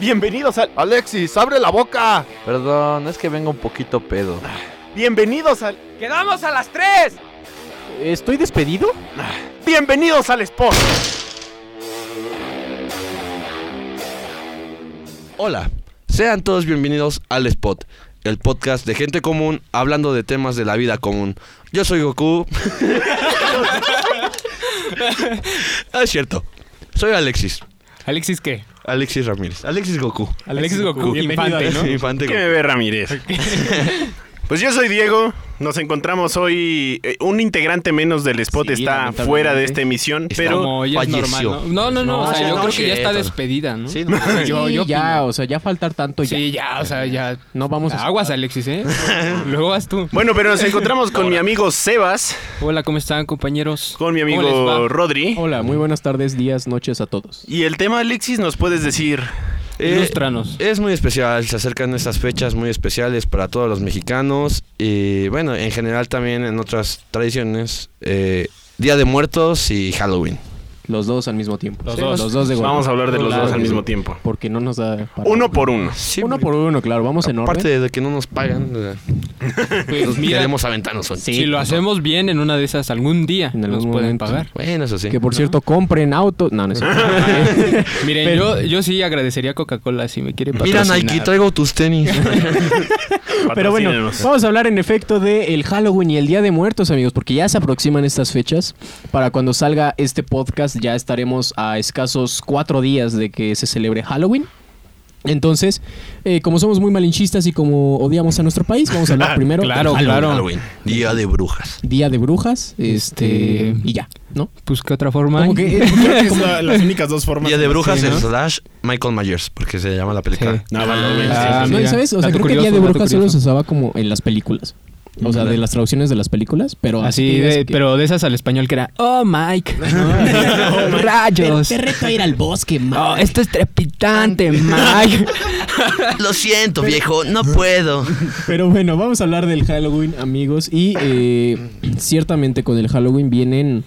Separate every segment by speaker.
Speaker 1: Bienvenidos al.
Speaker 2: Alexis, abre la boca. Perdón, es que vengo un poquito pedo.
Speaker 1: Bienvenidos al.
Speaker 3: ¡Quedamos a las tres!
Speaker 4: ¿Estoy despedido?
Speaker 1: Bienvenidos al Sport.
Speaker 5: Hola, sean todos bienvenidos al Spot, el podcast de gente común hablando de temas de la vida común. Yo soy Goku. Ah, es cierto. Soy Alexis.
Speaker 6: Alexis, ¿qué?
Speaker 5: Alexis Ramírez. Alexis Goku.
Speaker 6: Alexis Goku,
Speaker 4: Bienvenido,
Speaker 6: infante, ¿no?
Speaker 5: Infante
Speaker 7: ¿Qué me
Speaker 5: Goku.
Speaker 7: ve Ramírez? Pues yo soy Diego, nos encontramos hoy, eh, un integrante menos del spot
Speaker 6: Sí,
Speaker 7: está
Speaker 6: lamentablemente.
Speaker 7: fuera de esta emisión,
Speaker 5: Está
Speaker 7: pero
Speaker 6: Como ya es normal,
Speaker 5: falleció.
Speaker 6: ¿no? No, no, no,
Speaker 4: No,
Speaker 6: o sea,
Speaker 5: sí,
Speaker 6: yo
Speaker 5: no,
Speaker 6: creo que ya
Speaker 5: cierto.
Speaker 6: está despedida, ¿no?
Speaker 5: Sí, no.
Speaker 6: yo, yo
Speaker 4: Pues ya,
Speaker 6: opino.
Speaker 4: o sea, ya faltar tanto ya.
Speaker 6: Sí, ya, o sea, ya.
Speaker 4: No vamos a...
Speaker 6: Aguas, Alexis, ¿eh? Luego vas tú.
Speaker 7: bueno, pero nos encontramos con mi amigo Sebas,
Speaker 6: Hola, ¿cómo están, compañeros?
Speaker 7: con mi
Speaker 6: ¿Cómo les
Speaker 7: amigo
Speaker 6: va?
Speaker 7: Rodri.
Speaker 4: Hola, muy buenas tardes, días, noches a todos.
Speaker 7: Y el tema, Alexis, nos puedes decir.
Speaker 5: Eh,
Speaker 6: Ilústranos.
Speaker 5: Es muy especial, se acercan estas fechas muy especiales para todos los mexicanos y bueno, en general también en otras tradiciones, eh, Día de Muertos y Halloween.
Speaker 4: Los dos al mismo tiempo.
Speaker 6: Los dos.
Speaker 4: de golpe.
Speaker 7: Vamos a hablar de los dos al mismo tiempo.
Speaker 4: Porque no nos da... para-
Speaker 7: Uno por uno.
Speaker 5: Sí,
Speaker 4: uno por uno, claro. Vamos en orden.
Speaker 5: Aparte de que no nos pagan, eh,
Speaker 6: Pues,
Speaker 5: nos
Speaker 6: mira,
Speaker 5: queremos aventarnos hoy.
Speaker 6: si lo hacemos bien en una de esas, algún día
Speaker 4: En
Speaker 6: nos
Speaker 4: algún
Speaker 6: pueden
Speaker 4: momento.
Speaker 6: pagar.
Speaker 5: Bueno, eso sí.
Speaker 4: Que por cierto, compren autos. No, no es cierto.
Speaker 6: Miren,
Speaker 4: Pero-
Speaker 6: yo, yo sí agradecería a Coca-Cola si me quiere
Speaker 5: Mira
Speaker 6: patrocinar.
Speaker 5: Nike, traigo tus tenis.
Speaker 4: Pero bueno,
Speaker 7: Patrocínenos.
Speaker 4: vamos a hablar en efecto de el Halloween y el Día de Muertos, amigos, porque ya se aproximan estas fechas. Para cuando salga este podcast ya estaremos a escasos cuatro días de que se celebre Halloween. Entonces, eh, como somos muy malinchistas y como odiamos a nuestro país, vamos a hablar primero
Speaker 6: Claro,
Speaker 4: del
Speaker 6: claro.
Speaker 5: Halloween, Día de Brujas.
Speaker 4: Día de Brujas, este
Speaker 6: Este-
Speaker 4: y ya, ¿no?
Speaker 6: Pues que otra forma.
Speaker 4: Como
Speaker 6: hay?
Speaker 4: que
Speaker 8: Creo que es la- las únicas dos formas.
Speaker 5: Día de Brujas
Speaker 6: Sí, ¿no?
Speaker 5: slash Michael Myers, porque se llama la película.
Speaker 6: Sí.
Speaker 7: No, vale, vale.
Speaker 6: Ah,
Speaker 4: no, ¿y
Speaker 6: mira,
Speaker 4: ¿sabes? O sea,
Speaker 6: dato
Speaker 4: creo que Día de
Speaker 6: curioso, dato
Speaker 4: Brujas solo se
Speaker 6: curioso.
Speaker 4: usaba como en las películas. O sea, de las traducciones de las películas, pero
Speaker 6: Así,
Speaker 4: que digas
Speaker 6: de-
Speaker 4: que-
Speaker 6: pero de esas al español que era, oh Mike, ¿no? rayos.
Speaker 4: Te, te reto a ir al bosque, ma.
Speaker 6: Oh, esto es trepitante, Mike.
Speaker 5: Lo siento, viejo, no puedo.
Speaker 4: Pero bueno, vamos a hablar del Halloween, amigos. Y eh, ciertamente con el Halloween vienen.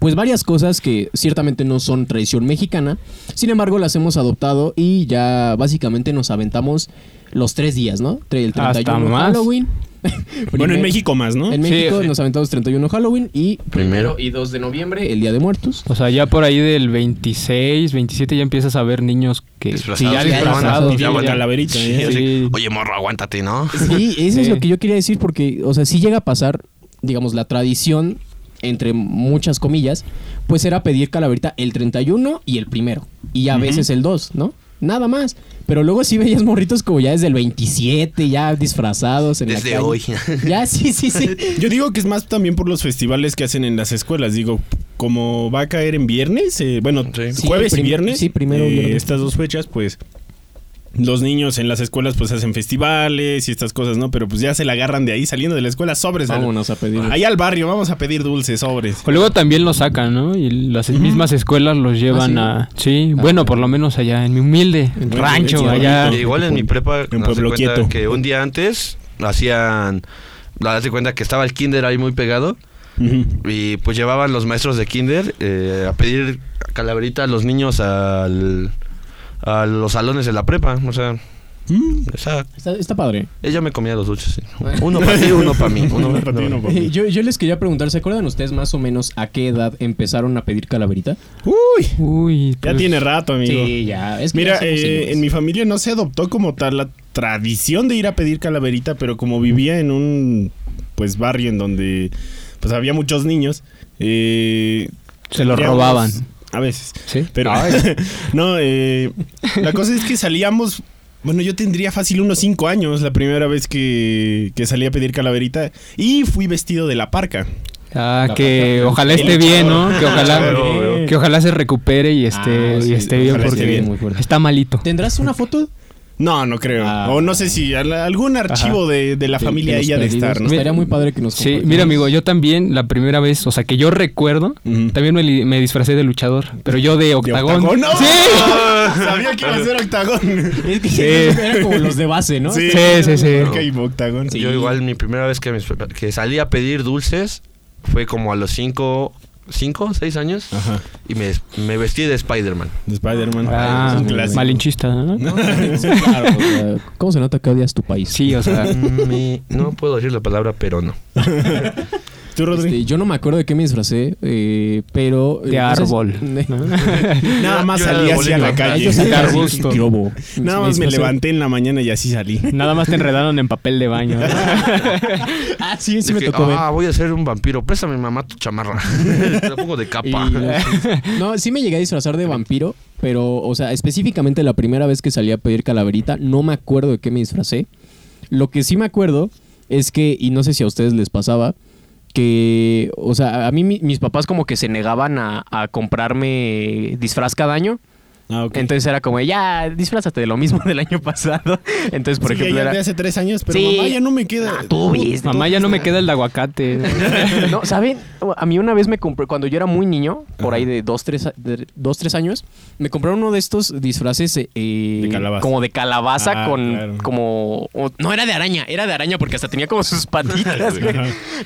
Speaker 4: Pues varias cosas que ciertamente no son tradición mexicana, sin embargo las hemos adoptado y ya básicamente nos aventamos los tres días, ¿no? Tre- El 31
Speaker 6: Hasta más.
Speaker 4: Halloween.
Speaker 8: Bueno, en
Speaker 4: Primer-
Speaker 8: México más, ¿no?
Speaker 4: En
Speaker 6: Sí,
Speaker 4: México
Speaker 6: eh.
Speaker 4: nos aventamos 31 Halloween y
Speaker 5: Primero.
Speaker 4: y 2 de noviembre, el Día de Muertos.
Speaker 6: O sea, ya por ahí del 26, 27 ya empiezas a ver niños que
Speaker 5: Disfrazados.
Speaker 6: sí, ya
Speaker 5: Sí, ya
Speaker 6: disfrazados.
Speaker 5: van, ya
Speaker 6: sí,
Speaker 5: van
Speaker 6: ya.
Speaker 8: a la verita,
Speaker 6: Sí,
Speaker 8: ¿eh?
Speaker 6: sí.
Speaker 5: Oye, morro, aguántate, ¿no?
Speaker 4: Sí, eso es
Speaker 6: Sí.
Speaker 4: lo que yo quería decir porque, o sea, si llega a pasar, digamos, la tradición, entre muchas comillas, pues era pedir calaverita el 31 y el primero. Y a veces el 2, ¿no? Nada más. Pero luego sí veías morritos como ya desde el 27, ya disfrazados. En la
Speaker 5: Desde
Speaker 4: calle.
Speaker 5: hoy.
Speaker 4: Ya, sí, sí, sí.
Speaker 8: Yo digo que es más también por los festivales que hacen en las escuelas. Digo, como va a caer en viernes, eh, bueno,
Speaker 4: Sí,
Speaker 8: jueves y
Speaker 4: prim-
Speaker 8: viernes.
Speaker 4: sí, primero
Speaker 8: eh,
Speaker 4: viernes.
Speaker 8: Estas dos fechas, pues. Los niños en las escuelas pues hacen festivales y estas cosas, ¿no? Pero pues ya se la agarran de ahí saliendo de la escuela sobres. al-
Speaker 4: Vámonos a pedir.
Speaker 8: Ahí al barrio, vamos a pedir dulces, sobres.
Speaker 6: O luego también los sacan, ¿no? Y las mismas escuelas los llevan
Speaker 4: ¿Ah,
Speaker 6: a... Sí, bueno, por lo menos allá, en mi humilde
Speaker 8: Bueno,
Speaker 6: rancho,
Speaker 8: sí,
Speaker 6: allá...
Speaker 8: bonito.
Speaker 5: Igual en mi prepa
Speaker 8: En
Speaker 5: nos di
Speaker 8: Pueblo
Speaker 5: cuenta
Speaker 8: Quieto.
Speaker 5: que un día antes hacían... La de cuenta que estaba el kinder ahí muy pegado
Speaker 8: Ujú.
Speaker 5: y pues llevaban los maestros de kinder eh, a pedir calaverita a los niños al, a los salones de la prepa. O sea,
Speaker 8: Mm.
Speaker 5: o sea,
Speaker 4: Está, está padre.
Speaker 5: ella me comía los dulces. sí. Uno para ti, uno para mí. Uno
Speaker 8: Uno para ti, uno para mí.
Speaker 4: Yo, yo les quería preguntar, ¿se acuerdan ustedes más o menos a qué edad empezaron a pedir calaverita?
Speaker 8: Uy,
Speaker 6: Uy,
Speaker 8: ya
Speaker 6: pues,
Speaker 8: tiene rato, amigo.
Speaker 4: Sí, ya. Es que
Speaker 8: Mira,
Speaker 4: ya somos
Speaker 8: eh,
Speaker 4: señores.
Speaker 8: en mi familia no se adoptó como tal la tradición de ir a pedir calaverita, pero como vivía en un pues barrio en donde pues había muchos niños, eh,
Speaker 6: Se los
Speaker 8: salíamos-
Speaker 6: robaban.
Speaker 8: A veces.
Speaker 6: Sí.
Speaker 8: Pero no, eh, la cosa es que salíamos. Bueno, yo tendría fácil unos cinco años la primera vez que, que salí a pedir calaverita y fui vestido de la parca.
Speaker 6: Ah,
Speaker 4: La
Speaker 6: que
Speaker 4: pasada.
Speaker 6: ojalá esté
Speaker 8: El
Speaker 6: bien,
Speaker 8: luchador.
Speaker 6: ¿no? Que ojalá...
Speaker 8: Claro,
Speaker 6: Que ojalá se recupere y esté,
Speaker 4: Ah, sí,
Speaker 6: y esté bien
Speaker 8: ojalá esté
Speaker 6: porque
Speaker 8: bien,
Speaker 4: muy fuerte.
Speaker 6: está malito.
Speaker 4: ¿Tendrás una foto?
Speaker 8: No, no creo.
Speaker 4: Ah.
Speaker 8: o no sé si al- algún archivo de, de la
Speaker 4: de-
Speaker 8: familia
Speaker 4: de los
Speaker 8: ella de
Speaker 4: perdidos.
Speaker 8: estar, ¿no?
Speaker 4: Estaría muy padre que nos
Speaker 6: Sí,
Speaker 4: compartieras.
Speaker 6: mira amigo, yo también la primera vez, o sea que yo recuerdo,
Speaker 8: Ujú.
Speaker 6: también me, li- me disfracé de luchador, pero yo de octagón.
Speaker 8: octagón? ¡No!
Speaker 6: Sí.
Speaker 8: Sabía que iba a ser octagón.
Speaker 4: Es que
Speaker 6: Sí.
Speaker 4: era como los de base, ¿no?
Speaker 6: Sí, sí, sí.
Speaker 8: Porque hay octagón.
Speaker 5: Yo igual mi primera vez que, mis- que salí a pedir dulces fue como a los 5 cinco, seis años
Speaker 8: Ajá.
Speaker 5: y me, me vestí de Spider-Man.
Speaker 8: De Spider-Man.
Speaker 6: Ah,
Speaker 8: es un clásico.
Speaker 6: malinchista, ¿no?
Speaker 8: Sí, claro.
Speaker 4: O sea, ¿Cómo se nota que odias tu país?
Speaker 6: Sí, o sea.
Speaker 5: Mm, me- no puedo decir la palabra, pero no.
Speaker 8: Tú, Rodri.
Speaker 4: Este, yo no me acuerdo de qué me disfracé, eh, pero...
Speaker 6: De
Speaker 4: eh, entonces-
Speaker 6: árbol.
Speaker 8: Nada más
Speaker 5: yo era
Speaker 8: salí
Speaker 5: de
Speaker 8: hacia la
Speaker 5: bolillo.
Speaker 8: calle.
Speaker 6: sí, de arbusto.
Speaker 8: ¿Qué hubo? Nada más me
Speaker 4: disfracé-
Speaker 8: levanté en la mañana y así salí.
Speaker 6: Nada más te enredaron en papel de baño. ¿no?
Speaker 4: Ah, sí, sí me
Speaker 5: Dije,
Speaker 4: tocó ver.
Speaker 5: ah, voy a ser un vampiro. Préstame, mamá, tu chamarra. Te la pongo de capa.
Speaker 4: Y- no, sí me llegué a disfrazar de vampiro, pero, o sea, específicamente la primera vez que salí a pedir calaverita, no me acuerdo de qué me disfracé. Lo que sí me acuerdo es que, y no sé si a ustedes les pasaba, que, o sea, a mí mi- mis papás como que se negaban a, a comprarme disfraz cada año.
Speaker 8: Ah, ok.
Speaker 4: Entonces era como, ya, disfrázate de lo mismo del año pasado. Entonces, por
Speaker 8: Sí,
Speaker 4: ejemplo,
Speaker 8: ya
Speaker 4: era...
Speaker 8: de hace tres años, pero
Speaker 4: Sí.
Speaker 8: mamá ya no me queda.
Speaker 4: Ah, tú viste,
Speaker 6: Mamá, ya no me queda el de aguacate.
Speaker 4: No, ¿saben? A mí una vez me compré, cuando yo era muy niño, por ahí de 2, 3 años, me compraron uno de estos disfraces eh,
Speaker 8: De calabaza.
Speaker 4: como de calabaza
Speaker 8: Ah,
Speaker 4: con
Speaker 8: claro.
Speaker 4: como... o- no, era de araña, era de araña porque hasta tenía como sus patitas, güey.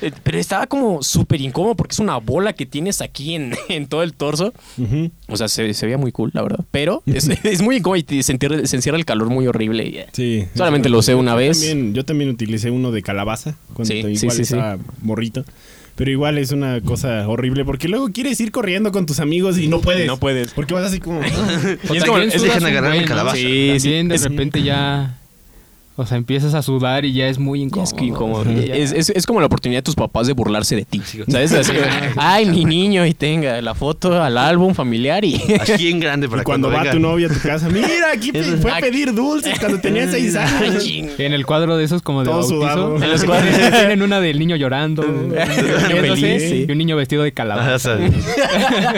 Speaker 4: Eh, Pero estaba como súper incómodo porque es una bola que tienes aquí en, en todo el torso.
Speaker 8: Ujú.
Speaker 4: O sea, se, se veía muy cool, la verdad. Pero es, es muy incómodo y te- se, entierra- se encierra el calor muy horrible. y, eh,
Speaker 8: Sí.
Speaker 4: Solamente lo usé una
Speaker 8: Yo
Speaker 4: vez.
Speaker 8: también, Este, yo también utilicé uno de calabaza cuando
Speaker 4: Sí,
Speaker 8: igual
Speaker 4: sí, sí, sí.
Speaker 8: estaba morrito. Pero igual es una cosa horrible porque luego quieres ir corriendo con tus amigos y no puedes.
Speaker 1: No puedes.
Speaker 8: Porque vas así como. "Ah",
Speaker 6: O
Speaker 5: Y es
Speaker 6: sea,
Speaker 5: como,
Speaker 6: bien
Speaker 5: es
Speaker 6: sudas
Speaker 5: dejen
Speaker 6: un
Speaker 5: agarrar mi
Speaker 6: buen, ¿no?
Speaker 5: calabaza.
Speaker 6: Sí, sí. de
Speaker 4: es-
Speaker 6: repente ya. O sea, empiezas a sudar y ya es muy
Speaker 4: Ya
Speaker 6: incómodo.
Speaker 4: es que incómodo.
Speaker 6: Sí, ya.
Speaker 4: Es, es- es como la oportunidad de tus papás de burlarse de ti. ¿Sabes? Así, Ay, mi niño, y tenga la foto al álbum familiar y.
Speaker 5: Así en grande para
Speaker 8: Y cuando, va
Speaker 5: venga.
Speaker 8: tu novia a tu casa, mira, aquí pe- fue a pedir dulces cuando tenía seis años.
Speaker 6: En el cuadro de esos como de
Speaker 8: Todo
Speaker 6: bautizo.
Speaker 8: sudado.
Speaker 4: En los cuadros.
Speaker 6: Tienen una del niño llorando. riéndose,
Speaker 4: Feliz, sí.
Speaker 6: Y un niño vestido de
Speaker 5: Ajá, o
Speaker 6: calabaza.
Speaker 5: sea,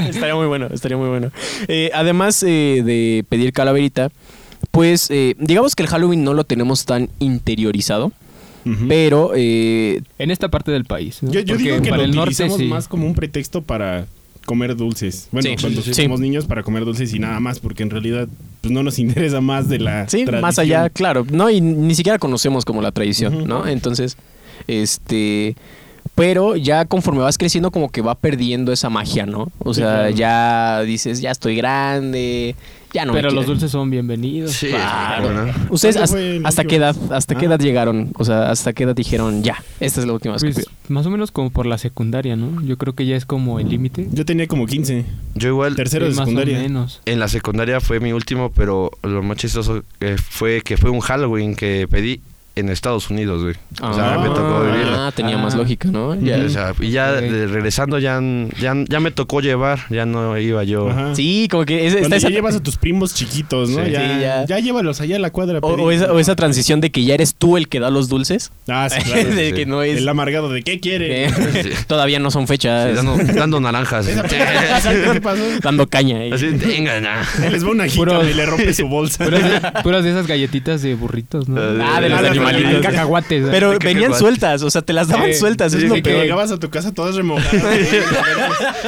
Speaker 4: estaría muy bueno, estaría muy bueno. Eh, además eh, de pedir calaverita, pues eh, digamos que el Halloween no lo tenemos tan interiorizado, pero eh,
Speaker 6: En esta parte del país. ¿no?
Speaker 8: Yo, yo
Speaker 6: Porque
Speaker 8: digo que
Speaker 6: para
Speaker 8: lo
Speaker 6: el norte
Speaker 8: utilizamos
Speaker 6: sí.
Speaker 8: más como un pretexto para comer dulces. Bueno,
Speaker 4: Sí.
Speaker 8: cuando
Speaker 4: Sí.
Speaker 8: somos niños para comer dulces y nada más, porque en realidad pues, no nos interesa más de la
Speaker 4: Sí, más
Speaker 8: tradición.
Speaker 4: allá, claro. No, y ni siquiera conocemos como la tradición, ¿no? Entonces, este. Pero ya conforme vas creciendo, como que va perdiendo esa magia, ¿no? O
Speaker 8: Sí,
Speaker 4: sea,
Speaker 8: claro.
Speaker 4: ya dices, ya estoy grande, ya no me
Speaker 6: Pero los
Speaker 4: quiero-
Speaker 6: dulces son bienvenidos.
Speaker 5: sí,
Speaker 4: Claro.
Speaker 5: es muy bueno.
Speaker 4: ¿Ustedes
Speaker 8: ¿Cuándo
Speaker 4: hasta,
Speaker 8: fue el
Speaker 4: hasta qué
Speaker 8: último?
Speaker 4: edad, hasta qué
Speaker 8: Ah.
Speaker 4: edad llegaron? O sea, ¿hasta qué edad dijeron, ya, esta es la última vez que
Speaker 6: Pues,
Speaker 4: pido"?
Speaker 6: más o menos como por la secundaria, ¿no? Yo creo que ya es como el límite.
Speaker 8: Yo tenía como 15,
Speaker 5: Yo igual
Speaker 8: tercero
Speaker 6: Sí,
Speaker 8: de
Speaker 6: más
Speaker 8: secundaria.
Speaker 6: o menos.
Speaker 5: en la secundaria fue mi último, pero lo más chistoso eh, fue que fue un Halloween que pedí en Estados Unidos, güey. O sea,
Speaker 4: ah,
Speaker 5: me tocó vivirlo.
Speaker 4: ah, tenía
Speaker 6: Ah.
Speaker 4: más lógica, ¿no? Ya.
Speaker 5: O sea, y ya
Speaker 6: Ok.
Speaker 5: de- regresando ya, ya, ya me tocó llevar, ya no iba yo.
Speaker 8: Ajá.
Speaker 4: Sí, como que es-
Speaker 8: Cuando
Speaker 4: está
Speaker 8: ya
Speaker 4: esa,
Speaker 8: llevas a tus primos chiquitos, ¿no?
Speaker 5: Sí.
Speaker 8: ya,
Speaker 4: Sí, ya.
Speaker 8: ya. llévalos allá a la cuadra. a
Speaker 4: o,
Speaker 8: pedir.
Speaker 4: o esa, o esa transición de que ya eres tú el que da los dulces,
Speaker 8: Ah, sí, claro.
Speaker 4: de
Speaker 5: sí.
Speaker 4: que no es
Speaker 8: El amargado de ¿qué
Speaker 4: Eh,
Speaker 8: quiere?
Speaker 4: Todavía no son fechas.
Speaker 5: Sí, dando, dando naranjas.
Speaker 8: Esa ¿Qué pasó?
Speaker 4: Dando caña. eh.
Speaker 5: Así, tengan. na.
Speaker 8: Les va una
Speaker 6: Puro-
Speaker 8: gitana y le rompe su bolsa.
Speaker 6: Puras de, puras de esas galletitas de burritos, ¿no?
Speaker 4: Ah, de los
Speaker 8: Ah,
Speaker 4: animalitos.
Speaker 8: las de
Speaker 6: Cacahuates.
Speaker 4: Pero
Speaker 5: de que
Speaker 4: venían
Speaker 5: cacahuates.
Speaker 4: sueltas, o sea, te las daban
Speaker 6: Sí,
Speaker 4: sueltas.
Speaker 6: sí,
Speaker 4: es lo
Speaker 8: que,
Speaker 4: peor.
Speaker 8: llegabas a tu casa todas remojadas.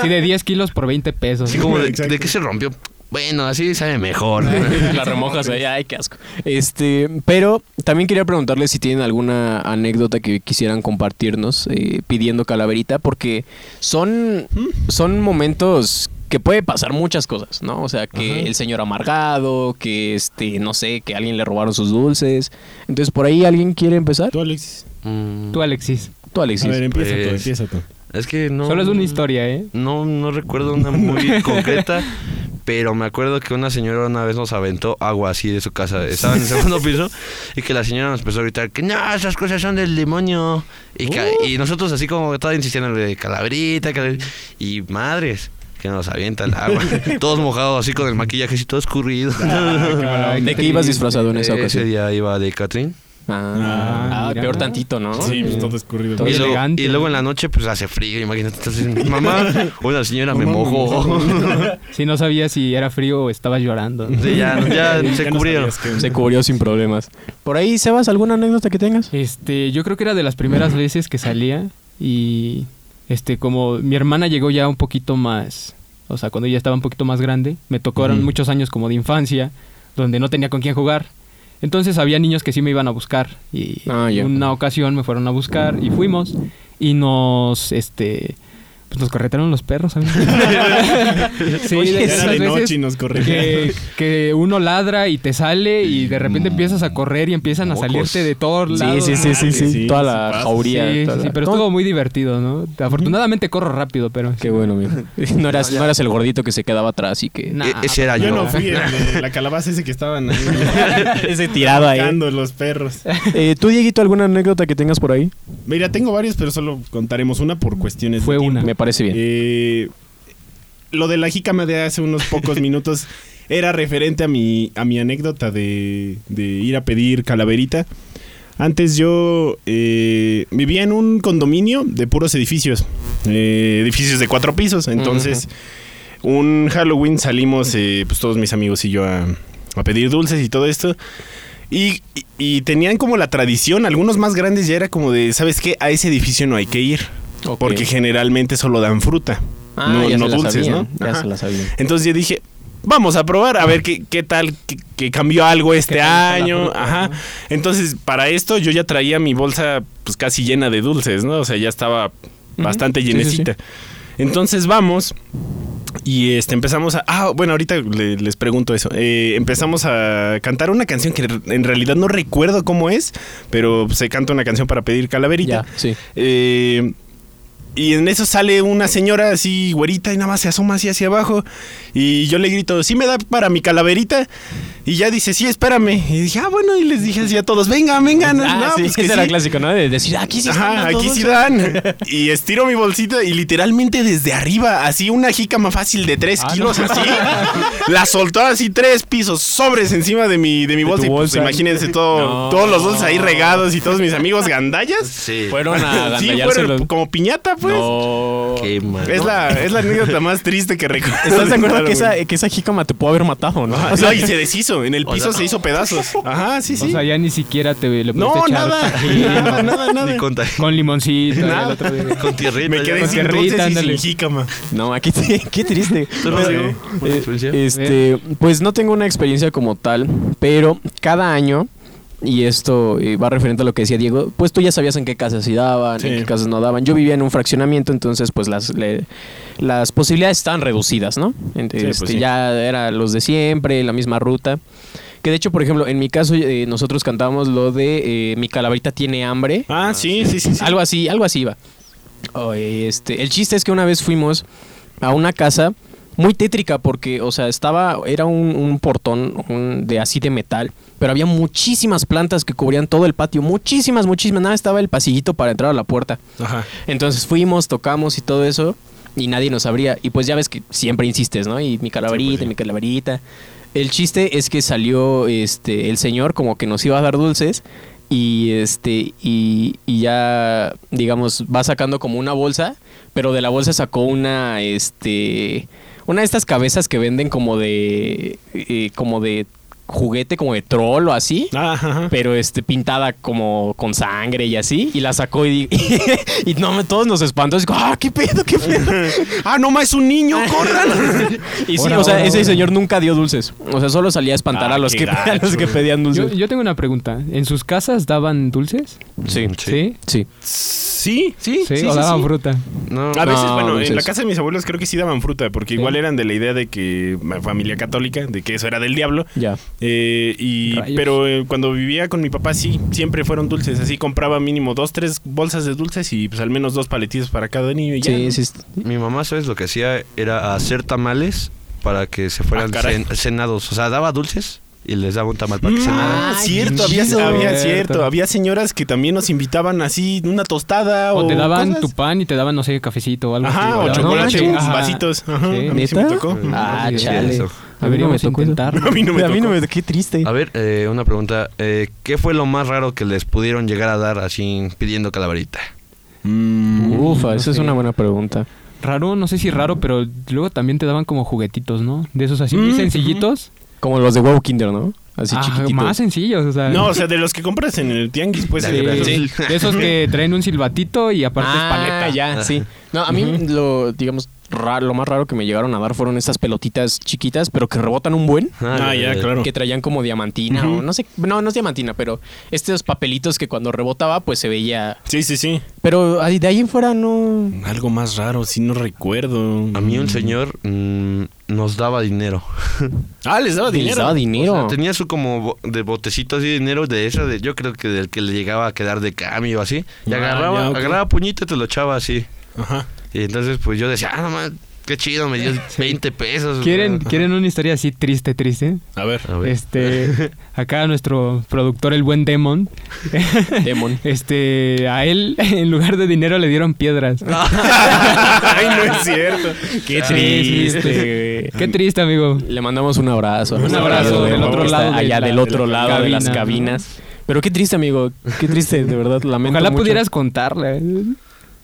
Speaker 6: Sí, de 10 kilos por 20 pesos.
Speaker 5: Así como, de,
Speaker 8: Exacto.
Speaker 5: ¿de qué se rompió? Bueno, así sabe mejor.
Speaker 4: La remojas ahí, ay, qué asco. Este, pero también quería preguntarles si tienen alguna anécdota que quisieran compartirnos eh, pidiendo calaverita, porque son, son momentos que puede pasar muchas cosas, ¿no? O sea, que el señor amargado, que este, no sé, que a alguien le robaron sus dulces. Entonces, por ahí alguien quiere empezar.
Speaker 8: Tú, Alexis.
Speaker 5: Mm,
Speaker 6: Tú, Alexis.
Speaker 4: Tú, Alexis.
Speaker 8: a ver, empieza
Speaker 5: pues-
Speaker 8: tú, empieza tú.
Speaker 5: es que no.
Speaker 6: Solo es una historia, ¿eh?
Speaker 5: No, no recuerdo una muy concreta, pero me acuerdo que una señora una vez nos aventó agua así de su casa. Estaba en el segundo piso y que la señora nos empezó a gritar que no, esas cosas son del demonio. Y, ca-
Speaker 6: Uh.
Speaker 5: y nosotros así como todos insistiendo de calabrita, calabrita, y madres. Que nos avienta el agua. Todos mojados, así con el maquillaje, así todo escurrido.
Speaker 6: Ay,
Speaker 4: ¿De qué ibas
Speaker 6: triste.
Speaker 4: disfrazado en esa
Speaker 5: Ese
Speaker 4: ocasión?
Speaker 5: día iba de Catherine.
Speaker 4: Ah,
Speaker 6: Ah,
Speaker 4: ah,
Speaker 6: mira.
Speaker 4: peor tantito, ¿no?
Speaker 8: Sí, pues todo escurrido.
Speaker 6: Todo
Speaker 5: Y luego,
Speaker 6: elegante,
Speaker 5: y luego
Speaker 6: ¿no?
Speaker 5: en la noche, pues hace frío, imagínate. Entonces, mamá, una señora me
Speaker 8: Mamá, me
Speaker 5: mojó.
Speaker 6: Si no sabía si era frío o estabas llorando. ¿no?
Speaker 5: Sí, ya, ya
Speaker 8: Ya
Speaker 5: se
Speaker 8: no
Speaker 5: cubrieron.
Speaker 8: sabías qué-
Speaker 4: Se cubrió sin problemas. Por ahí, Sebas, ¿alguna anécdota que tengas?
Speaker 6: Este, yo creo que era de las primeras veces que salía y este como mi hermana llegó ya un poquito más, o sea, cuando ella estaba un poquito más grande, me tocaron muchos años como de infancia donde no tenía con quién jugar. Entonces había niños que sí me iban a buscar y
Speaker 4: Ah, ya.
Speaker 6: en una ocasión me fueron a buscar y fuimos y nos este Pues nos corretaron los perros, amigo. sí,
Speaker 4: Oye,
Speaker 6: de
Speaker 4: era
Speaker 8: Era
Speaker 6: esas
Speaker 8: de
Speaker 6: veces
Speaker 8: noche y nos corrieron.
Speaker 6: que, que uno ladra y te sale y de repente empiezas a correr y empiezan a
Speaker 5: Mocos.
Speaker 6: salirte de todos
Speaker 4: Sí,
Speaker 6: lados.
Speaker 4: sí, sí, sí,
Speaker 8: Ah,
Speaker 4: sí,
Speaker 8: sí,
Speaker 4: Toda
Speaker 8: sí
Speaker 4: la
Speaker 8: pasa.
Speaker 4: jauría.
Speaker 6: Sí,
Speaker 4: toda
Speaker 6: sí,
Speaker 4: la-
Speaker 6: sí, pero
Speaker 4: No,
Speaker 6: estuvo muy divertido, ¿no? Afortunadamente corro rápido, pero...
Speaker 4: Qué bueno, amigo. No eras, no eras el gordito que se quedaba atrás y
Speaker 8: Eh,
Speaker 4: que...
Speaker 6: Nah,
Speaker 5: E- ese era yo.
Speaker 8: Yo no fui el de la calabaza ese que estaban ahí.
Speaker 4: Ese tirado
Speaker 8: Buscando los perros.
Speaker 4: Eh, ¿Tú, Dieguito, alguna anécdota que tengas por ahí?
Speaker 8: Mira, tengo varios, pero solo contaremos una por cuestiones de
Speaker 6: Fue
Speaker 8: tiempo.
Speaker 6: una.
Speaker 4: Me parece bien.
Speaker 8: Eh, lo de la jícama de hace unos pocos minutos era referente a mi, a mi anécdota de, de ir a pedir calaverita. Antes yo eh, vivía en un condominio de puros edificios, eh, edificios de cuatro pisos. Entonces, un Halloween salimos, eh, pues todos mis amigos y yo a, a pedir dulces y todo esto. Y, y- y tenían como la tradición, algunos más grandes ya era como de, ¿sabes qué? A ese edificio no hay que ir.
Speaker 4: Ok.
Speaker 8: Porque generalmente solo dan fruta.
Speaker 4: Ah,
Speaker 8: no
Speaker 4: ya
Speaker 8: no
Speaker 4: se la
Speaker 8: dulces,
Speaker 4: sabían,
Speaker 8: ¿no?
Speaker 4: Ya
Speaker 8: Ajá.
Speaker 4: se la sabían.
Speaker 8: Entonces yo dije, vamos a probar, a ver qué, qué tal, que, que cambió algo este
Speaker 6: tal está la
Speaker 8: año.
Speaker 6: fruta,
Speaker 8: Ajá.
Speaker 6: no?
Speaker 8: Entonces, para esto yo ya traía mi bolsa pues casi llena de dulces, ¿no? O sea, ya estaba bastante
Speaker 6: Sí, sí,
Speaker 8: llenecita. Entonces vamos y este empezamos a... Ah, bueno, ahorita le- les pregunto eso. Eh, empezamos a cantar una canción que re- en realidad no recuerdo cómo es, pero se canta una canción para pedir calaverita.
Speaker 4: Ya, sí.
Speaker 8: Eh, y en eso sale una señora así güerita y nada más se asoma así hacia abajo. Y yo le grito, ¿sí me da para mi calaverita? Y ya dice, sí, espérame. Y dije, ah, bueno, y les dije así a todos, vengan, vengan.
Speaker 4: Ah,
Speaker 8: No,
Speaker 4: sí,
Speaker 8: pues que
Speaker 4: ese era
Speaker 8: sí.
Speaker 4: clásico, ¿no? De decir, "Ah, aquí sí están
Speaker 8: Ajá,
Speaker 4: dando
Speaker 8: aquí sí
Speaker 4: dulces.
Speaker 8: dan. Y estiro mi bolsita y literalmente desde arriba, así una jícama fácil de
Speaker 4: Ah,
Speaker 8: 3 kilos, así. La soltó así tres pisos, sobres encima de mi, de mi bolsa.
Speaker 4: tu
Speaker 8: Y, pues,
Speaker 4: bolsa.
Speaker 8: imagínense todo,
Speaker 4: No.
Speaker 8: todos los dulces ahí regados y todos mis amigos gandallas.
Speaker 5: Sí.
Speaker 4: Fueron a
Speaker 8: Sí,
Speaker 4: agandallárselos.
Speaker 8: fueron como piñata, pues.
Speaker 4: No.
Speaker 5: Qué mal.
Speaker 8: Es la, es la anécdota más triste que recuerdo.
Speaker 4: ¿Estás de acuerdo
Speaker 8: Claro,
Speaker 4: que esa,
Speaker 8: güey.
Speaker 4: que esa jícama te pudo haber matado, no?
Speaker 8: No, y se deshizo. En el
Speaker 5: O
Speaker 8: piso
Speaker 5: sea-
Speaker 8: se hizo pedazos. Ajá, sí, sí.
Speaker 6: O sea, ya ni siquiera te le pudiste
Speaker 8: no,
Speaker 6: echar
Speaker 8: nada.
Speaker 6: tajín,
Speaker 8: Nada, nada, nada.
Speaker 5: Ni con, ta-
Speaker 6: Con limoncito. y el
Speaker 8: Nada.
Speaker 6: otro día.
Speaker 5: con tierrita.
Speaker 8: Me
Speaker 5: ya.
Speaker 8: quedé
Speaker 6: Con
Speaker 8: sin
Speaker 6: tierrita,
Speaker 8: dulces y
Speaker 6: ándale.
Speaker 8: sin jícama.
Speaker 4: No, aquí te- qué triste.
Speaker 5: ¿Tú no
Speaker 8: No,
Speaker 5: digo?
Speaker 8: eh,
Speaker 5: ¿Buena
Speaker 4: Eh,
Speaker 5: experiencia?
Speaker 4: Este, pues no tengo una experiencia como tal, pero cada año, y esto eh, va referente a lo que decía Diego, pues tú ya sabías en qué casas sí daban,
Speaker 8: Sí.
Speaker 4: en qué casas no daban. Yo vivía en un fraccionamiento, entonces pues las, le- las posibilidades estaban reducidas, ¿no? Ent-
Speaker 8: Sí, pues,
Speaker 4: este,
Speaker 8: sí.
Speaker 4: Ya eran los de siempre, la misma ruta. Que de hecho, por ejemplo, en mi caso eh, nosotros cantábamos lo de eh, Mi calaverita tiene hambre.
Speaker 8: Ah, sí, sí, sí. sí.
Speaker 4: Algo así, algo así iba. Oh, eh, este, el chiste es que una vez fuimos a una casa muy tétrica porque, o sea, estaba, era un, un portón un- de así de metal, pero había muchísimas plantas que cubrían todo el patio, muchísimas, muchísimas. Nada, estaba el pasillito para entrar a la puerta.
Speaker 8: Ajá.
Speaker 4: Entonces fuimos, tocamos y todo eso, y nadie nos abría. Y pues ya ves que siempre insistes, ¿no?
Speaker 8: pues
Speaker 4: Y mi calaverita, y mi calaverita. El chiste es que salió este el señor como que nos iba a dar dulces. Y este, y, y ya, digamos, va sacando como una bolsa, pero de la bolsa sacó una, este, una de estas cabezas que venden como de, eh, como de juguete, como de troll o así
Speaker 8: Ah, ajá.
Speaker 4: pero este pintada como con sangre y así y la sacó y, y, no me- todos nos espantó así como, ah qué pedo qué pedo
Speaker 8: Ah, no, ma, es un niño, corran.
Speaker 4: y sí
Speaker 6: Ahora,
Speaker 4: o sea
Speaker 6: ahora,
Speaker 4: ese
Speaker 6: ahora.
Speaker 4: señor nunca dio dulces o sea solo salía a espantar
Speaker 8: Ah,
Speaker 4: a los
Speaker 8: qué
Speaker 4: que a los
Speaker 8: gacho.
Speaker 4: que pedían
Speaker 6: Yo,
Speaker 4: dulces
Speaker 6: yo tengo una pregunta. ¿En sus casas daban dulces?
Speaker 4: sí
Speaker 6: Sí.
Speaker 4: sí
Speaker 8: Sí, sí,
Speaker 6: Sí, o daban fruta.
Speaker 5: No,
Speaker 8: A veces,
Speaker 4: No,
Speaker 8: bueno, en la
Speaker 4: dulces.
Speaker 8: casa de mis abuelos creo que sí daban fruta, porque igual eran de la idea de que ma, familia católica, de que eso era del diablo.
Speaker 4: ya
Speaker 8: Eh, y,
Speaker 6: Rayos.
Speaker 8: pero eh, cuando vivía con mi papá, sí, siempre fueron dulces. Así compraba mínimo dos, tres bolsas de dulces y pues al menos dos paletitos para cada niño. Y ya.
Speaker 4: sí sí
Speaker 5: mi mamá, ¿sabes lo que hacía? Era hacer tamales para que se fueran
Speaker 8: Ah, caray.
Speaker 5: cen- cenados. O sea, daba dulces y les daba un tamal para que cenaran.
Speaker 8: Ah,
Speaker 6: Ay,
Speaker 8: cierto,
Speaker 6: qué
Speaker 8: había,
Speaker 6: chido.
Speaker 8: había
Speaker 6: Cierto.
Speaker 8: cierto. Había señoras que también nos invitaban así una tostada Ah, o,
Speaker 6: O te daban
Speaker 8: cosas.
Speaker 6: tu pan y te daban, no sé, cafecito o algo así.
Speaker 8: Ajá, o
Speaker 6: ¿verdad?
Speaker 8: chocolate,
Speaker 6: No,
Speaker 8: unos
Speaker 6: ajá.
Speaker 8: vasitos. Ajá,
Speaker 6: Sí.
Speaker 8: a mí sí
Speaker 4: ¿Neta?
Speaker 8: me tocó.
Speaker 4: ah
Speaker 6: sí, sí,
Speaker 4: chale
Speaker 5: eso.
Speaker 4: a mí no me
Speaker 6: Deberíamos
Speaker 4: tocó eso.
Speaker 6: intentarlo.
Speaker 8: A mí no me
Speaker 4: a mí no
Speaker 8: tocó.
Speaker 4: me Ah, qué triste
Speaker 5: A ver, eh, una pregunta. Eh, ¿Qué fue lo más raro que les pudieron llegar a dar así pidiendo calaverita?
Speaker 4: ufa
Speaker 6: no
Speaker 4: esa es
Speaker 6: sé.
Speaker 4: una buena pregunta
Speaker 6: Raro, no sé si raro, pero luego también te daban como juguetitos, ¿no? De esos así muy sencillitos.
Speaker 4: como los de Wow Kinder no así
Speaker 6: Ah,
Speaker 4: chiquititos
Speaker 6: más sencillos, o sea.
Speaker 8: No, o sea, de los que compras en el tianguis, pues.
Speaker 5: De
Speaker 8: el-
Speaker 5: verdad.
Speaker 6: de,
Speaker 8: sí.
Speaker 6: de esos que traen un silbatito y aparte es
Speaker 4: Ah,
Speaker 6: paleta.
Speaker 4: ya, sí. No, a mí lo, digamos, ra- lo más raro que me llegaron a dar fueron estas pelotitas chiquitas, pero que rebotan un buen.
Speaker 8: Ah, ya, claro.
Speaker 4: Que traían como diamantina o no sé, no, no es diamantina, pero estos papelitos que cuando rebotaba pues se veía.
Speaker 8: Sí, sí, sí.
Speaker 4: Pero ahí- de ahí en fuera no...
Speaker 8: Algo más raro, sí no recuerdo.
Speaker 5: A mí un señor mm, nos daba dinero.
Speaker 8: Ah, les daba
Speaker 4: Les daba
Speaker 8: dinero.
Speaker 4: dinero.
Speaker 5: O sea, tenía su como bo- de botecito así de dinero de esa, de, yo creo que del que le llegaba a quedar de cambio así. Y
Speaker 8: Ah,
Speaker 5: agarraba,
Speaker 8: ya, ok.
Speaker 5: agarraba puñito y te lo echaba así.
Speaker 8: Ajá.
Speaker 5: Y entonces pues yo decía, ah, no mames, qué chido, me dio 20 pesos.
Speaker 6: ¿Quieren,
Speaker 5: Ah,
Speaker 6: ¿Quieren una historia así triste, triste?
Speaker 8: A ver.
Speaker 5: a ver.
Speaker 6: Este, acá nuestro productor, el buen Demon,
Speaker 4: Demon.
Speaker 6: este, a él en lugar de dinero le dieron piedras.
Speaker 4: Ah.
Speaker 8: Ay, no es cierto. Qué
Speaker 6: Sí, sí, sí. Qué triste, amigo.
Speaker 4: Le mandamos un abrazo.
Speaker 6: Un abrazo
Speaker 4: Del
Speaker 6: del
Speaker 4: otro
Speaker 6: otro
Speaker 4: lado.
Speaker 6: lado de
Speaker 4: allá
Speaker 6: la-
Speaker 4: del
Speaker 6: de
Speaker 4: otro
Speaker 6: la
Speaker 4: lado de las
Speaker 6: cabina, ¿no?
Speaker 4: cabinas. Pero qué triste, amigo. Qué triste, de verdad. Lamento
Speaker 6: Ojalá
Speaker 4: mucho.
Speaker 6: pudieras contarle.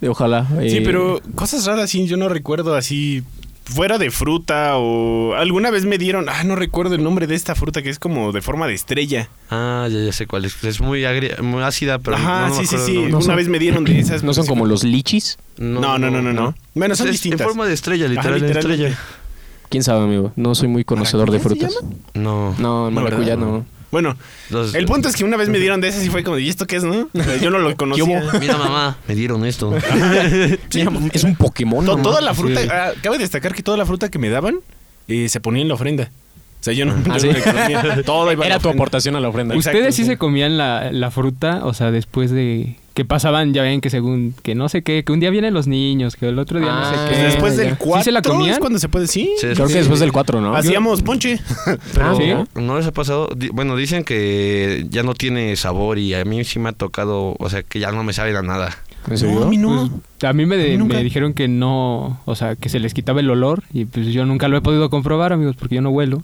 Speaker 4: Ojalá.
Speaker 8: Sí,
Speaker 4: eh,
Speaker 8: pero cosas raras, sí, yo no recuerdo así. Fuera de fruta o alguna vez me dieron, ah, no recuerdo el nombre de esta fruta que es como de forma de estrella.
Speaker 5: Ah, ya, ya sé cuál es. Es muy, agria- muy ácida, pero
Speaker 8: Ajá,
Speaker 5: no, no me
Speaker 8: sí, sí,
Speaker 5: acuerdo
Speaker 8: sí.
Speaker 5: el nombre.
Speaker 8: Una
Speaker 4: son-
Speaker 8: vez me dieron de esas.
Speaker 4: ¿No son como los lichis?
Speaker 8: No, no, no, no, no. Bueno, son
Speaker 5: Pues Es
Speaker 8: distintas.
Speaker 5: En forma de estrella, literal,
Speaker 8: literal.
Speaker 5: estrella.
Speaker 4: ¿Quién sabe, amigo? No soy muy conocedor de
Speaker 8: ¿Maracuyá
Speaker 4: frutas.
Speaker 8: se
Speaker 5: No.
Speaker 4: No, en
Speaker 8: No,
Speaker 4: maracuyá
Speaker 8: ¿verdad?
Speaker 4: no.
Speaker 8: Bueno,
Speaker 4: Pues,
Speaker 5: Los-
Speaker 8: el punto es que una vez me dieron de esas y fue como, ¿y esto qué es, no? O sea, Yo no lo conocía.
Speaker 5: Mira, mamá, me dieron esto.
Speaker 4: Mira, es un Pokémon.
Speaker 8: To-
Speaker 4: ¿no?
Speaker 8: toda la fruta,
Speaker 4: Sí.
Speaker 8: ah, cabe destacar que toda la fruta que me daban eh, se ponía en la ofrenda. O sea, yo no, yo
Speaker 4: Ah, ¿sí?
Speaker 8: no la conocía. Todo iba en la
Speaker 4: Era tu
Speaker 8: ofrenda.
Speaker 4: aportación a la ofrenda.
Speaker 8: Exacto,
Speaker 6: ¿Ustedes sí
Speaker 8: sí.
Speaker 6: se comían la, la fruta? O sea, después de que pasaban, ya ven que según, que no sé qué, que un día vienen los niños, que el otro día no
Speaker 4: Ah,
Speaker 6: sé
Speaker 8: Pues
Speaker 6: qué.
Speaker 8: después
Speaker 4: ya.
Speaker 8: del
Speaker 4: ¿Sí
Speaker 8: 4
Speaker 6: se la comían?
Speaker 8: es cuando se puede, sí. Ah,
Speaker 5: Sí,
Speaker 4: Creo que
Speaker 5: sí.
Speaker 4: después del 4, ¿no? Ah,
Speaker 8: Hacíamos ponche.
Speaker 6: Pero- ¿Sí?
Speaker 5: ¿No les ha pasado? Di- Bueno, dicen que ya no tiene sabor y a mí sí me ha tocado, o sea, que ya no me saben a nada.
Speaker 4: ¿En serio?
Speaker 8: a mí no.
Speaker 6: Pues, a mí me, de-
Speaker 8: Nunca.
Speaker 6: me dijeron que no, o sea, que se les quitaba el olor y pues yo nunca lo he podido comprobar, amigos, porque yo no huelo.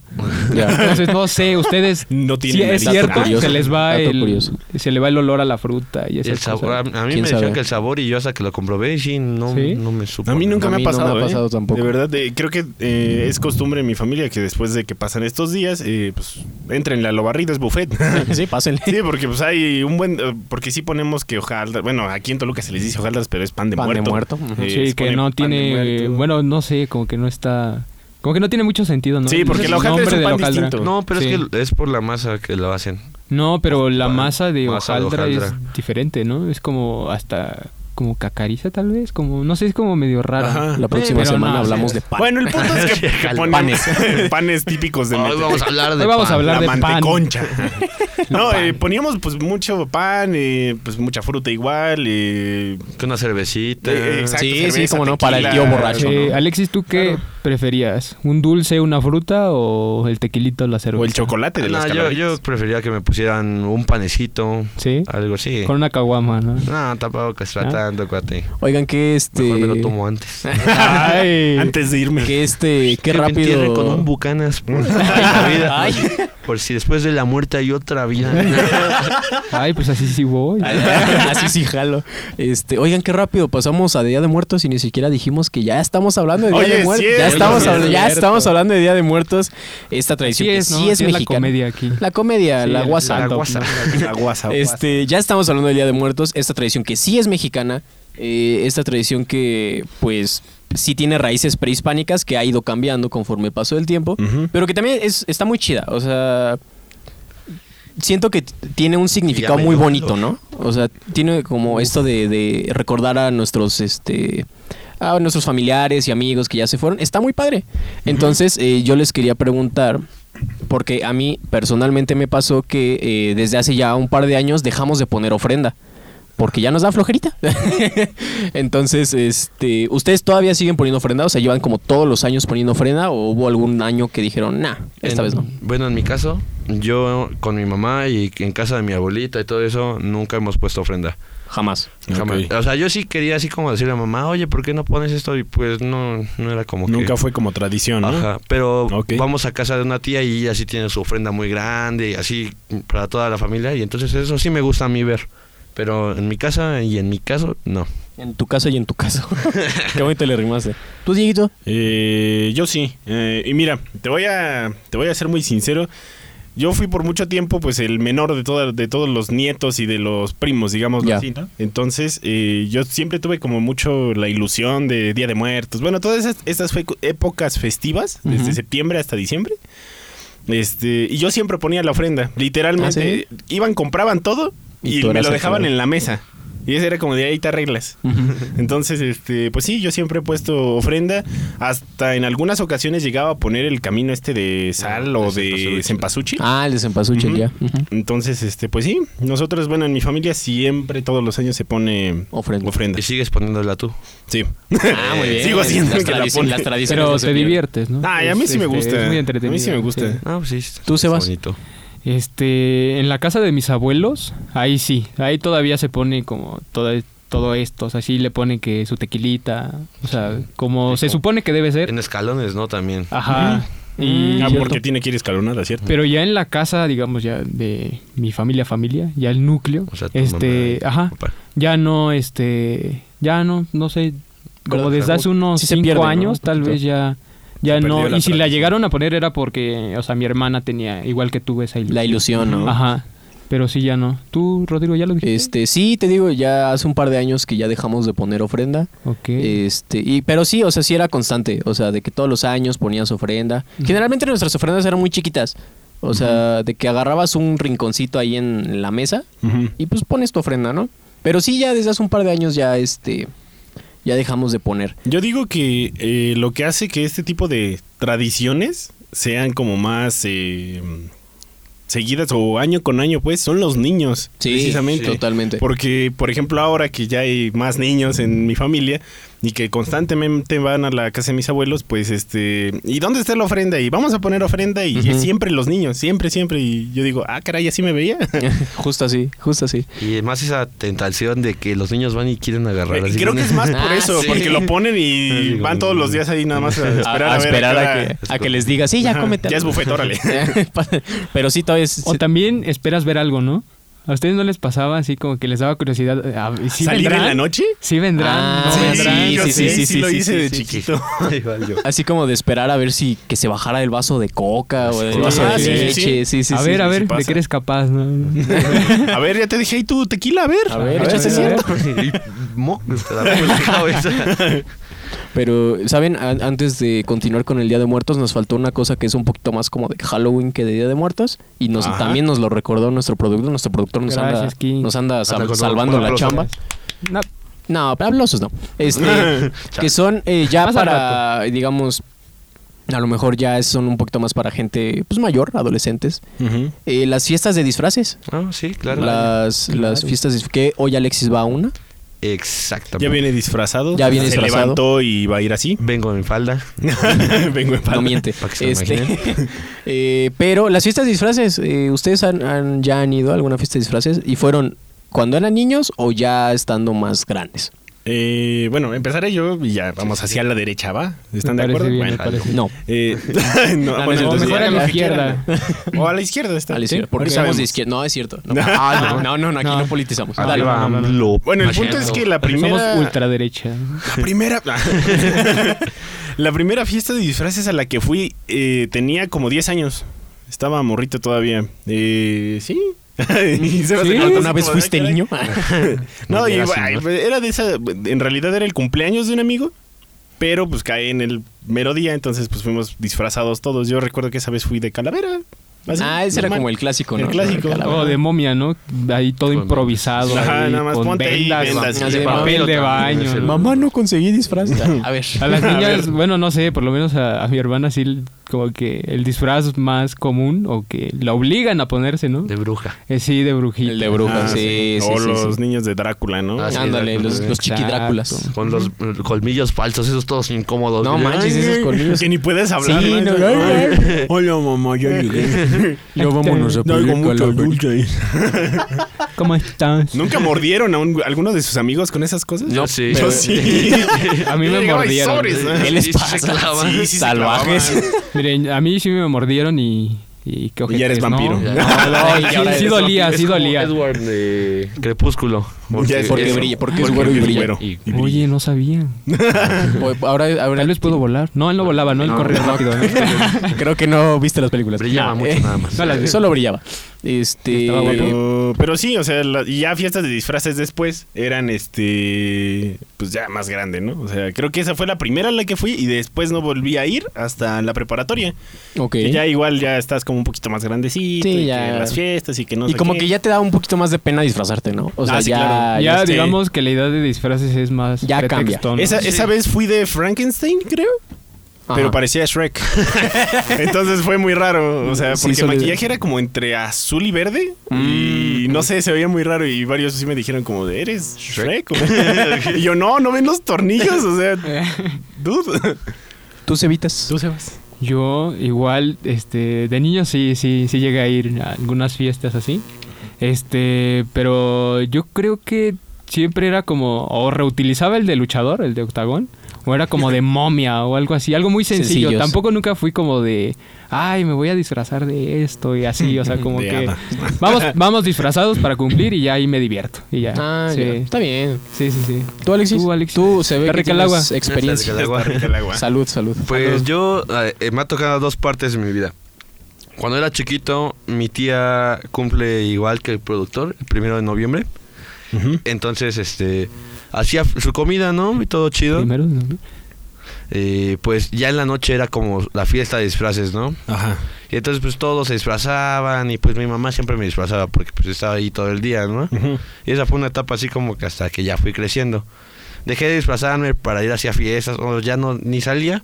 Speaker 4: Ya.
Speaker 6: Entonces, no sé, ustedes...
Speaker 8: No
Speaker 6: Sí,
Speaker 8: tiene
Speaker 6: es
Speaker 4: Dato
Speaker 6: cierto,
Speaker 4: curioso,
Speaker 6: se les va
Speaker 4: dato
Speaker 6: el,
Speaker 4: curioso.
Speaker 6: se le va el olor a la fruta y esas
Speaker 5: El sabor, a, a
Speaker 6: cosas.
Speaker 5: mí me
Speaker 4: ¿Quién
Speaker 5: decían
Speaker 4: sabe?
Speaker 5: que el sabor y yo hasta que lo comprobé y sí, no,
Speaker 6: ¿Sí?
Speaker 5: no me supo.
Speaker 8: A mí nunca
Speaker 4: A
Speaker 8: me
Speaker 4: mí
Speaker 8: ha
Speaker 4: no
Speaker 8: pasado.
Speaker 4: me ha
Speaker 8: ¿eh?
Speaker 4: pasado tampoco.
Speaker 8: De verdad, eh, creo que eh, es costumbre en mi familia que después de que pasan estos días, eh, pues entrenle a lo barrido, es buffet.
Speaker 4: Sí, pásenle.
Speaker 8: sí, porque pues hay un buen. eh, Porque sí ponemos que hojaldas. Bueno, aquí en Toluca se les dice hojaldas, pero es pan de
Speaker 4: Pan de
Speaker 8: muerto.
Speaker 4: muerto. ujú.
Speaker 8: Eh,
Speaker 6: Sí,
Speaker 8: se
Speaker 6: que
Speaker 8: pone
Speaker 6: no
Speaker 8: pan de
Speaker 6: tiene,
Speaker 8: muerto.
Speaker 6: bueno, no sé, como que no está, como que no tiene mucho sentido, ¿no?
Speaker 8: Sí, porque
Speaker 6: el
Speaker 8: la hojaldra es
Speaker 6: nombre
Speaker 8: un
Speaker 6: de
Speaker 8: pan
Speaker 6: hojaldra.
Speaker 8: distinto.
Speaker 5: No, pero
Speaker 6: Sí.
Speaker 5: es que es por la masa que lo hacen.
Speaker 6: No, pero la masa de
Speaker 5: masa de
Speaker 6: hojaldra,
Speaker 5: hojaldra.
Speaker 6: es diferente, ¿no? Es como hasta como cacariza tal vez, como no sé, es como medio raro.
Speaker 8: Ajá.
Speaker 4: La próxima
Speaker 6: Pero
Speaker 4: semana
Speaker 6: no,
Speaker 4: hablamos
Speaker 6: sí.
Speaker 4: de pan.
Speaker 8: Bueno, el punto es que, que ponen panes.
Speaker 4: Panes.
Speaker 8: típicos de
Speaker 5: Hoy
Speaker 8: Metepec.
Speaker 5: vamos a hablar de
Speaker 6: Hoy vamos a
Speaker 5: pan.
Speaker 6: hablar
Speaker 8: la
Speaker 6: de pan.
Speaker 8: manteconcha. no, eh, poníamos pues mucho pan, eh, pues mucha fruta igual. eh,
Speaker 5: Que una cervecita.
Speaker 8: eh, exacto,
Speaker 4: sí,
Speaker 8: cerveza,
Speaker 4: como no, para el
Speaker 8: tequila,
Speaker 4: tío borracho,
Speaker 6: Eh,
Speaker 4: ¿no?
Speaker 6: Alexis, ¿tú qué preferías? ¿Un dulce, una fruta o el tequilito o la cerveza?
Speaker 8: O el chocolate de
Speaker 5: Ah, No,
Speaker 8: las
Speaker 5: yo,
Speaker 8: calaveritas.
Speaker 5: yo prefería que me pusieran un panecito,
Speaker 6: ¿Sí?
Speaker 5: algo así.
Speaker 6: Con una caguama, ¿no?
Speaker 5: No, tampoco que está
Speaker 6: ¿Ah?
Speaker 5: tanto, cuate.
Speaker 4: Oigan, que este.
Speaker 5: Mejor me lo tomo antes.
Speaker 6: Ay.
Speaker 8: Antes de irme.
Speaker 4: Que este. Qué
Speaker 5: Que me entierren
Speaker 4: rápido.
Speaker 5: con un bucanas. por la vida. Por si después de la muerte hay otra vida.
Speaker 6: Ay, pues así sí voy.
Speaker 4: Así sí jalo. Este, oigan, qué rápido pasamos a Día de Muertos y ni siquiera dijimos que ya estamos hablando de Día
Speaker 8: Oye,
Speaker 4: de Muertos.
Speaker 8: cierto,
Speaker 4: ya estamos,
Speaker 8: es
Speaker 4: habla- ya
Speaker 8: cierto.
Speaker 4: estamos hablando de Día de Muertos. Esta tradición
Speaker 6: Sí
Speaker 4: que
Speaker 6: es, ¿no?
Speaker 4: sí es
Speaker 6: Sí es la
Speaker 4: mexicana.
Speaker 6: comedia aquí.
Speaker 4: La comedia,
Speaker 6: Sí,
Speaker 4: la guasa.
Speaker 5: la guasa.
Speaker 8: La guasa.
Speaker 4: Este, ya estamos hablando del Día de Muertos, esta tradición que sí es mexicana, eh, esta tradición que pues sí tiene raíces prehispánicas que ha ido cambiando conforme pasó el tiempo,
Speaker 8: Ujú.
Speaker 4: pero que también es, está muy chida, o sea, siento que t- tiene un significado
Speaker 5: me
Speaker 4: muy
Speaker 5: dio
Speaker 4: bonito, ¿no? O sea, tiene como esto de, de recordar a nuestros, este, a nuestros familiares y amigos que ya se fueron, está muy padre. Entonces, eh, yo les quería preguntar... Porque a mí personalmente me pasó que eh, desde hace ya un par de años dejamos de poner ofrenda. Porque ya nos da flojerita. Entonces, este, ¿ustedes todavía siguen poniendo ofrenda? O sea, llevan como todos los años poniendo ofrenda o hubo algún año que dijeron, nah, esta
Speaker 5: En-
Speaker 4: vez no.
Speaker 5: Bueno, en mi caso, yo con mi mamá y en casa de mi abuelita y todo eso, nunca hemos puesto ofrenda.
Speaker 4: Jamás.
Speaker 5: Jamás.
Speaker 8: Ok.
Speaker 5: O sea, yo sí quería así como decirle a mamá, oye, ¿por qué no pones esto? Y pues no, no era como que...
Speaker 8: Nunca fue como tradición, ¿no?
Speaker 5: Ajá, pero
Speaker 8: Ok.
Speaker 5: vamos a casa de una tía y ella sí tiene su ofrenda muy grande, así para toda la familia, y entonces eso sí me gusta a mí ver. Pero en mi casa y en mi caso, no.
Speaker 4: En tu caso y en tu caso. Qué bonito le rimaste. ¿Tú, Dieguito?
Speaker 8: Eh, yo sí. Eh, y mira, te voy a te voy a ser muy sincero. Yo fui por mucho tiempo, pues, el menor de, toda- de todos los nietos y de los primos, digamos
Speaker 4: Ya.
Speaker 8: así, ¿no? Entonces, eh, yo siempre tuve como mucho la ilusión de Día de Muertos. Bueno, todas esas- estas fe- épocas festivas, desde
Speaker 4: Ujú.
Speaker 8: septiembre hasta diciembre. Este, y yo siempre ponía la ofrenda, literalmente. Iban, compraban todo
Speaker 4: ¿Ah, Y
Speaker 8: y,
Speaker 4: tú
Speaker 8: me
Speaker 4: eras
Speaker 8: lo
Speaker 4: el
Speaker 8: dejaban
Speaker 4: que-
Speaker 8: en la mesa. Y ese era como de ahí te arreglas. Entonces, este, pues sí, yo siempre he puesto ofrenda. Hasta en algunas ocasiones llegaba a poner el camino este de sal
Speaker 5: Ah,
Speaker 8: o
Speaker 5: de
Speaker 8: de
Speaker 5: cempasúchil.
Speaker 8: cempasúchil.
Speaker 4: Ah, el de Cempasúchil,
Speaker 8: Ujú.
Speaker 4: ya. Ujú.
Speaker 8: Entonces, este, pues sí, nosotros, bueno, en mi familia siempre todos los años se pone
Speaker 4: Ofrenda.
Speaker 8: ofrenda.
Speaker 5: Y sigues poniéndola tú.
Speaker 8: Sí.
Speaker 4: Ah, muy bien.
Speaker 8: Sigo haciendo
Speaker 4: las,
Speaker 8: que la
Speaker 4: tradici-
Speaker 8: pone.
Speaker 4: las tradiciones.
Speaker 6: Pero
Speaker 4: no
Speaker 6: te
Speaker 4: se pierden.
Speaker 6: diviertes, ¿no?
Speaker 8: Ay, a mí sí me gusta.
Speaker 6: Este, es muy
Speaker 8: A mí
Speaker 6: entretenido.
Speaker 8: sí me gusta.
Speaker 5: Ah, pues sí.
Speaker 4: ¿Tú,
Speaker 5: está
Speaker 4: Sebas?
Speaker 5: Bonito.
Speaker 6: Este, en la casa de mis abuelos, ahí sí, ahí todavía se pone como todo, todo esto, o sea, sí le pone que su tequilita, o sea, como se supone que
Speaker 8: Eh.
Speaker 6: debe ser.
Speaker 5: En Mm. escalones, ¿no? También.
Speaker 6: Ajá. Y-
Speaker 8: Ah,
Speaker 6: ¿cierto?
Speaker 8: porque tiene que ir escalonada, ¿cierto?
Speaker 6: Pero ya en la casa, digamos, ya de mi familia, familia, ya el núcleo,
Speaker 5: O sea, tu mamá
Speaker 6: este,
Speaker 5: y
Speaker 6: ajá,
Speaker 5: tu papá.
Speaker 6: ya no, este, ya no, no sé, como
Speaker 4: Pero,
Speaker 6: desde hace unos
Speaker 4: sí se
Speaker 6: cinco
Speaker 4: pierde, ¿no?
Speaker 6: años,
Speaker 4: Un
Speaker 6: tal
Speaker 4: poquito.
Speaker 6: vez ya, ya
Speaker 8: Se perdió
Speaker 6: no,
Speaker 8: la
Speaker 6: y si la
Speaker 8: tradición.
Speaker 6: llegaron a poner era porque, o sea, mi hermana tenía, igual que tú, esa
Speaker 4: La ilusión, ¿no?
Speaker 6: Ajá, pero sí ya no. ¿Tú, Rodrigo, ya lo dijiste?
Speaker 4: Este, sí, te digo, ya hace un par de años que ya dejamos de poner ofrenda.
Speaker 6: Ok.
Speaker 4: Este, y, pero sí, o sea, sí era constante. O sea, de que todos los años ponías ofrenda. Generalmente nuestras ofrendas eran muy chiquitas. O sea, de que agarrabas un rinconcito ahí en la mesa
Speaker 8: Ujú.
Speaker 4: y pues pones tu ofrenda, ¿no? Pero sí, ya desde hace un par de años ya, este, ya dejamos de poner.
Speaker 8: Yo digo que eh, lo que hace que este tipo de tradiciones sean como más eh, seguidas o año con año, pues, son los niños.
Speaker 4: Sí,
Speaker 8: precisamente.
Speaker 4: totalmente.
Speaker 8: Porque, por ejemplo, ahora que ya hay más niños en mi familia y que constantemente van a la casa de mis abuelos, pues, este, ¿y dónde está la ofrenda? Y vamos a poner ofrenda y
Speaker 4: Ujú.
Speaker 8: siempre los niños, siempre, siempre. Y yo digo, ah, caray, así me veía.
Speaker 4: justo así, justo así.
Speaker 5: Y además esa tentación de que los niños van y quieren agarrar. así
Speaker 8: Eh, Creo
Speaker 5: con-
Speaker 8: que es más por
Speaker 4: Ah,
Speaker 8: eso,
Speaker 4: sí.
Speaker 8: porque lo ponen y
Speaker 5: digo,
Speaker 8: van todos los días ahí nada más a esperar a,
Speaker 4: a,
Speaker 8: ver
Speaker 4: esperar
Speaker 8: qué
Speaker 4: a,
Speaker 8: hora-
Speaker 4: que, a que les digas, sí, ya
Speaker 8: Ajá,
Speaker 4: cómete.
Speaker 8: Ya es buffet, órale.
Speaker 4: Pero sí, todavía es-
Speaker 6: O también esperas ver algo, ¿no? ¿A ustedes no les pasaba así como que les daba curiosidad? eh, a- ¿Sí
Speaker 8: ¿Salir
Speaker 6: vendrán?
Speaker 8: en la noche?
Speaker 6: Sí vendrán,
Speaker 4: Ah,
Speaker 6: no
Speaker 4: sí,
Speaker 6: vendrán.
Speaker 8: yo
Speaker 4: sí, sí, sí,
Speaker 8: lo
Speaker 4: sí,
Speaker 8: hice
Speaker 4: sí,
Speaker 8: de
Speaker 4: sí,
Speaker 8: chiquito.
Speaker 5: Igual yo.
Speaker 4: Así como de esperar a ver si que se bajara el vaso de coca o el
Speaker 8: Sí,
Speaker 4: vaso de
Speaker 8: sí, sí,
Speaker 4: leche. Sí, sí, sí.
Speaker 6: a ver, a
Speaker 8: sí
Speaker 6: ver,
Speaker 8: pasa.
Speaker 6: de qué eres capaz, ¿no?
Speaker 8: A ver, ya te dije, ahí tu tequila, a ver.
Speaker 4: A ver,
Speaker 6: A ver,
Speaker 4: échate
Speaker 6: a ver,
Speaker 4: cierto.
Speaker 5: Y mo- te la pongo en la cabeza.
Speaker 4: Pero, ¿saben? An- antes de continuar con el Día de Muertos, nos faltó una cosa que es un poquito más como de Halloween que de Día de Muertos. Y nos,
Speaker 8: Ajá.
Speaker 4: también nos lo recordó nuestro productor. Nuestro productor nos
Speaker 6: Gracias,
Speaker 4: anda,
Speaker 6: King.
Speaker 4: nos anda sal-
Speaker 5: Anda con todo
Speaker 4: salvando
Speaker 5: por
Speaker 4: la
Speaker 5: aplausos.
Speaker 4: chamba.
Speaker 6: No,
Speaker 4: No, pero hablosos no. Este, que son eh, ya
Speaker 6: Más al
Speaker 4: para, digamos, a lo mejor ya son un poquito más para gente pues mayor, adolescentes. Eh, las fiestas de disfraces.
Speaker 5: Ah, sí, claro.
Speaker 4: las, las fiestas de- que hoy Alexis va a una.
Speaker 5: Exactamente.
Speaker 8: Ya viene disfrazado.
Speaker 4: Ya viene
Speaker 8: se
Speaker 4: disfrazado.
Speaker 8: levantó y va a ir así.
Speaker 5: Vengo en falda.
Speaker 8: Vengo en
Speaker 4: No
Speaker 8: pala.
Speaker 4: miente.
Speaker 5: Para que se lo
Speaker 4: Este,
Speaker 5: imaginen.
Speaker 4: eh, pero las fiestas de disfraces, eh, ¿ustedes han, han- ya han ido a alguna fiesta de disfraces? ¿Y fueron cuando eran niños o ya estando más grandes?
Speaker 8: Eh, bueno, empezaré yo y ya vamos hacia la derecha, ¿va? ¿Están
Speaker 6: Me parece
Speaker 8: de acuerdo?
Speaker 6: bien, me
Speaker 8: bueno,
Speaker 6: parece.
Speaker 4: No.
Speaker 8: eh, no,
Speaker 4: no, no,
Speaker 8: bueno, entonces
Speaker 4: mejor a
Speaker 8: hagan
Speaker 4: la
Speaker 8: lo que quieran. O a la izquierda está.
Speaker 4: A la izquierda,
Speaker 8: Sí,
Speaker 4: porque
Speaker 8: ahorita
Speaker 4: somos de
Speaker 8: vemos.
Speaker 4: izquierda. No, es cierto. No,
Speaker 8: Ah,
Speaker 4: no, no, no, aquí no,
Speaker 6: No.
Speaker 4: politizamos. Dale.
Speaker 5: Arriba, AMLO.
Speaker 8: Bueno, el punto es que la primera.
Speaker 6: Somos ultraderecha.
Speaker 8: La primera. la primera fiesta de disfraces a la que fui eh, tenía como 10 años. Estaba morrito todavía. Eh, sí. Y se me hace
Speaker 6: ¿Sí?
Speaker 8: como-
Speaker 4: ¿Alguna vez
Speaker 8: como de, ¿eh?
Speaker 4: fuiste
Speaker 8: "Caray".
Speaker 4: niño?
Speaker 8: No,
Speaker 5: No,
Speaker 8: y,
Speaker 5: era así,
Speaker 8: ay,
Speaker 5: ¿no?
Speaker 8: pues, era de esa. En realidad era el cumpleaños de un amigo. Pero pues cae en el mero día. Entonces pues fuimos disfrazados todos. Yo recuerdo que esa vez fui de calavera. así,
Speaker 4: ah, ese era
Speaker 8: normal.
Speaker 4: como el clásico, ¿no?
Speaker 8: El clásico.
Speaker 4: La
Speaker 6: O
Speaker 4: verdad.
Speaker 6: de momia, ¿no? Ahí todo
Speaker 5: Con-
Speaker 6: improvisado.
Speaker 8: Ajá,
Speaker 6: ahí,
Speaker 8: nada más
Speaker 6: con
Speaker 8: ponte ahí
Speaker 6: vendas,
Speaker 8: vendas
Speaker 4: y
Speaker 6: de
Speaker 4: papel
Speaker 6: papel
Speaker 5: también
Speaker 6: de
Speaker 5: es
Speaker 6: baño.
Speaker 5: el-
Speaker 4: Mamá, no conseguí disfraz. A ver.
Speaker 6: A las niñas, bueno, no sé, por lo menos a, a mi hermana sí, como que el disfraz más común o que la obligan a ponerse, ¿no?
Speaker 5: De bruja.
Speaker 6: Eh, sí, de brujita.
Speaker 4: El de brujas,
Speaker 8: Ah,
Speaker 4: sí, sí,
Speaker 8: o
Speaker 4: sí,
Speaker 8: los
Speaker 4: sí.
Speaker 8: niños de Drácula, ¿no?
Speaker 5: Ah, sí,
Speaker 4: Ándale, los, los
Speaker 6: Exacto.
Speaker 4: chiquidráculas.
Speaker 5: Con los eh, colmillos falsos, esos todos incómodos.
Speaker 4: No
Speaker 5: Ay,
Speaker 4: manches, esos colmillos.
Speaker 8: que ni puedes hablar.
Speaker 4: Sí, no, no, no.
Speaker 8: Hola, mamá, ya llegué.
Speaker 6: Este,
Speaker 4: Yo vámonos a
Speaker 8: Traigo
Speaker 4: pedir
Speaker 8: mucho
Speaker 4: calavera.
Speaker 8: dulce.
Speaker 6: ¿Cómo estás?
Speaker 8: ¿Nunca mordieron a un- alguno de sus amigos con esas cosas?
Speaker 5: Yo sí.
Speaker 8: Yo sí.
Speaker 6: A mí me
Speaker 8: Llegaba y
Speaker 6: mordieron.
Speaker 8: sobres, ¿no?
Speaker 4: ¿Qué les
Speaker 5: Sí, sí se
Speaker 4: pasa?
Speaker 5: clavan.
Speaker 8: Sí, sí se
Speaker 4: Salvajes.
Speaker 6: Miren, a mí sí me mordieron y, Y qué
Speaker 8: Y ya
Speaker 6: ojetes,
Speaker 8: eres
Speaker 6: ¿no?
Speaker 8: vampiro.
Speaker 6: Ya, no, no, Ah, sí- sí dolía, sí dolía.
Speaker 5: Edward de Crepúsculo.
Speaker 8: Ya es
Speaker 4: Porque
Speaker 8: eso.
Speaker 4: brilla, porque es
Speaker 8: Porque
Speaker 4: güero y
Speaker 8: es
Speaker 4: brilla.
Speaker 8: güero.
Speaker 5: Y-
Speaker 6: Oye, no sabía.
Speaker 4: O- Ahora, ahora
Speaker 6: Tal vez puedo volar. No, él no volaba, no, él
Speaker 5: No,
Speaker 6: corría
Speaker 5: no.
Speaker 6: rápido. ¿no?
Speaker 4: Creo que no viste las películas.
Speaker 5: Brillaba mucho,
Speaker 4: Eh,
Speaker 5: nada más.
Speaker 6: no las vi.
Speaker 4: Solo brillaba. Este.
Speaker 6: Estaba guapo.
Speaker 8: Pero, pero sí, o sea, la- y ya fiestas de disfraces después eran este. Pues ya más grande, ¿no? O sea, creo que esa fue la primera a la que fui y después no volví a ir hasta la preparatoria.
Speaker 4: Ok.
Speaker 8: Que ya igual ya estás como un poquito más grandecito.
Speaker 4: Sí,
Speaker 8: y que
Speaker 4: ya.
Speaker 8: las fiestas y que no
Speaker 4: y
Speaker 8: sé
Speaker 4: como
Speaker 8: qué.
Speaker 4: que ya te da un poquito más de pena disfrazarte, ¿no? O sea,
Speaker 8: Ah, sí,
Speaker 4: ya,
Speaker 8: claro.
Speaker 4: ya
Speaker 6: Ya
Speaker 4: este-
Speaker 6: digamos que la edad de disfraces es más
Speaker 4: Ya cambia.
Speaker 6: pretexto, ¿no?
Speaker 8: Esa, esa vez fui de Frankenstein, creo.
Speaker 4: Ajá.
Speaker 8: Pero parecía Shrek. Entonces fue muy raro. O sea,
Speaker 4: Sí,
Speaker 8: porque el
Speaker 4: sólido.
Speaker 8: maquillaje era como entre azul y verde.
Speaker 4: Mm,
Speaker 8: Y no sé, se veía muy raro. Y varios sí me dijeron como, de, ¿eres Shrek? y yo, no, no ven los tornillos. O sea, dude.
Speaker 4: Tú se evitas.
Speaker 8: se vas.
Speaker 6: Yo igual, este, de niño sí, sí, sí llegué a ir a algunas fiestas así. Este, pero yo creo que siempre era como, o reutilizaba el de luchador, el de octagón, o era como de momia o algo así, algo muy sencillo.
Speaker 4: Sencillos.
Speaker 6: Tampoco nunca fui como de, ay, me voy a disfrazar de esto y así, o sea, como
Speaker 8: De
Speaker 6: que
Speaker 8: hada.
Speaker 6: vamos, vamos disfrazados para cumplir y ya ahí me divierto. Y ya.
Speaker 4: Ah,
Speaker 6: sí.
Speaker 4: ya. Está bien.
Speaker 6: sí, sí, sí.
Speaker 4: ¿Tú, Alexis?
Speaker 6: Tú, Alexis.
Speaker 4: se ve
Speaker 6: Está
Speaker 4: que
Speaker 6: rica el
Speaker 4: tienes
Speaker 6: agua.
Speaker 4: experiencia.
Speaker 5: Está rica el agua.
Speaker 8: El agua.
Speaker 4: Salud, salud.
Speaker 5: Pues yo eh, eh, me ha tocado dos partes de mi vida. Cuando era chiquito, mi tía cumple igual que el productor, el primero de noviembre. Entonces, este, hacía su comida, ¿no? Y todo chido.
Speaker 6: Primero, ¿no?
Speaker 5: Eh, pues ya en la noche era como la fiesta de disfraces, ¿no?
Speaker 8: Ajá.
Speaker 5: Y entonces pues todos se disfrazaban y pues mi mamá siempre me disfrazaba porque pues estaba ahí todo el día, ¿no? Y esa fue una etapa así como que hasta que ya fui creciendo. Dejé de disfrazarme para ir hacia fiestas, o ya no ni salía.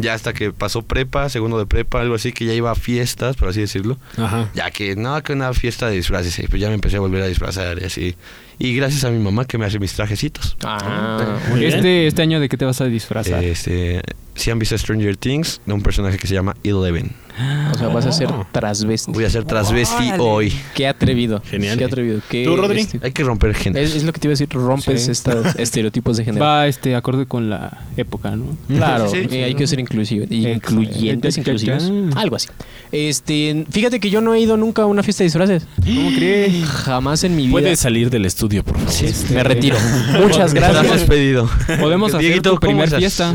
Speaker 5: Ya hasta que pasó prepa, segundo de prepa, algo así, que ya iba a fiestas, por así decirlo.
Speaker 8: Ajá.
Speaker 5: Ya que no, que una fiesta de disfraces, y pues ya me empecé a volver a disfrazar y así. Y gracias a mi mamá que me hace mis trajecitos.
Speaker 4: Ah,
Speaker 8: Muy bien.
Speaker 6: Este, este año de qué te vas a disfrazar.
Speaker 5: Este, si han visto Stranger Things, de un personaje que se llama Eleven.
Speaker 4: o sea, vas a ser transvesti.
Speaker 5: Voy a ser transvesti hoy.
Speaker 4: Qué atrevido.
Speaker 8: Genial.
Speaker 4: Qué atrevido. Qué,
Speaker 8: ¿Tú, Rodri?
Speaker 4: este-
Speaker 5: Hay que romper gente.
Speaker 4: es, es lo que te iba a decir, rompes
Speaker 6: Sí.
Speaker 4: estos estereotipos de género.
Speaker 6: Va este acorde con la época, ¿no?
Speaker 4: Claro,
Speaker 5: Sí, sí, sí.
Speaker 4: eh, hay que ser inclusive,
Speaker 6: Exacto.
Speaker 4: incluyentes,
Speaker 6: Exacto.
Speaker 4: inclusivos, algo así. Este, fíjate que yo no he ido nunca a una fiesta de disfraces.
Speaker 6: ¿Cómo crees?
Speaker 4: Jamás en mi vida.
Speaker 8: Puedes salir del estudio, por favor.
Speaker 6: Este,
Speaker 4: Me retiro.
Speaker 5: Estás
Speaker 4: Muchas gracias.
Speaker 5: despedido.
Speaker 6: Podemos hacer
Speaker 5: Dieguito,
Speaker 6: tu primer
Speaker 5: ¿cómo estás?
Speaker 6: fiesta.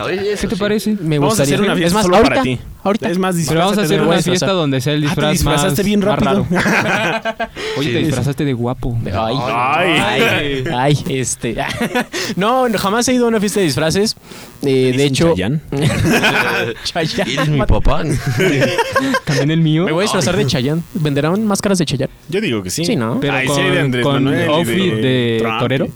Speaker 5: Oye, eso
Speaker 6: ¿Qué te
Speaker 5: sí.
Speaker 6: parece?
Speaker 4: Me
Speaker 8: Vamos a
Speaker 4: gustaría.
Speaker 8: hacer una fiesta
Speaker 4: es más,
Speaker 8: solo
Speaker 4: ahorita,
Speaker 8: para ti.
Speaker 4: ahorita.
Speaker 8: Es más,
Speaker 6: Pero vamos a
Speaker 8: disfrázate
Speaker 6: hacer
Speaker 8: de
Speaker 6: una
Speaker 8: nuevo.
Speaker 6: fiesta donde sea el
Speaker 8: Ah, te
Speaker 6: disfraz
Speaker 8: disfrazaste
Speaker 6: más,
Speaker 8: bien
Speaker 6: más
Speaker 8: rápido.
Speaker 6: raro. Oye, te
Speaker 5: Sí.
Speaker 6: disfrazaste de guapo. Ah,
Speaker 4: Ay,
Speaker 8: Ay.
Speaker 4: ay, ay, este. no, jamás he ido a una fiesta de disfraces. Eh, de
Speaker 8: ¿Dicen
Speaker 4: hecho,
Speaker 8: Chayanne?
Speaker 4: Chayanne.
Speaker 5: Eres mi papá.
Speaker 6: También el mío.
Speaker 4: Me voy a disfrazar de Chayanne. ¿Venderán máscaras de Chayanne?
Speaker 8: Yo digo que sí.
Speaker 4: Sí, ¿no?
Speaker 6: Pero
Speaker 8: Ay, sí,
Speaker 6: con,
Speaker 8: de Andrés
Speaker 6: con
Speaker 8: Manuel y de
Speaker 6: outfit de,
Speaker 8: Trump.
Speaker 6: torero.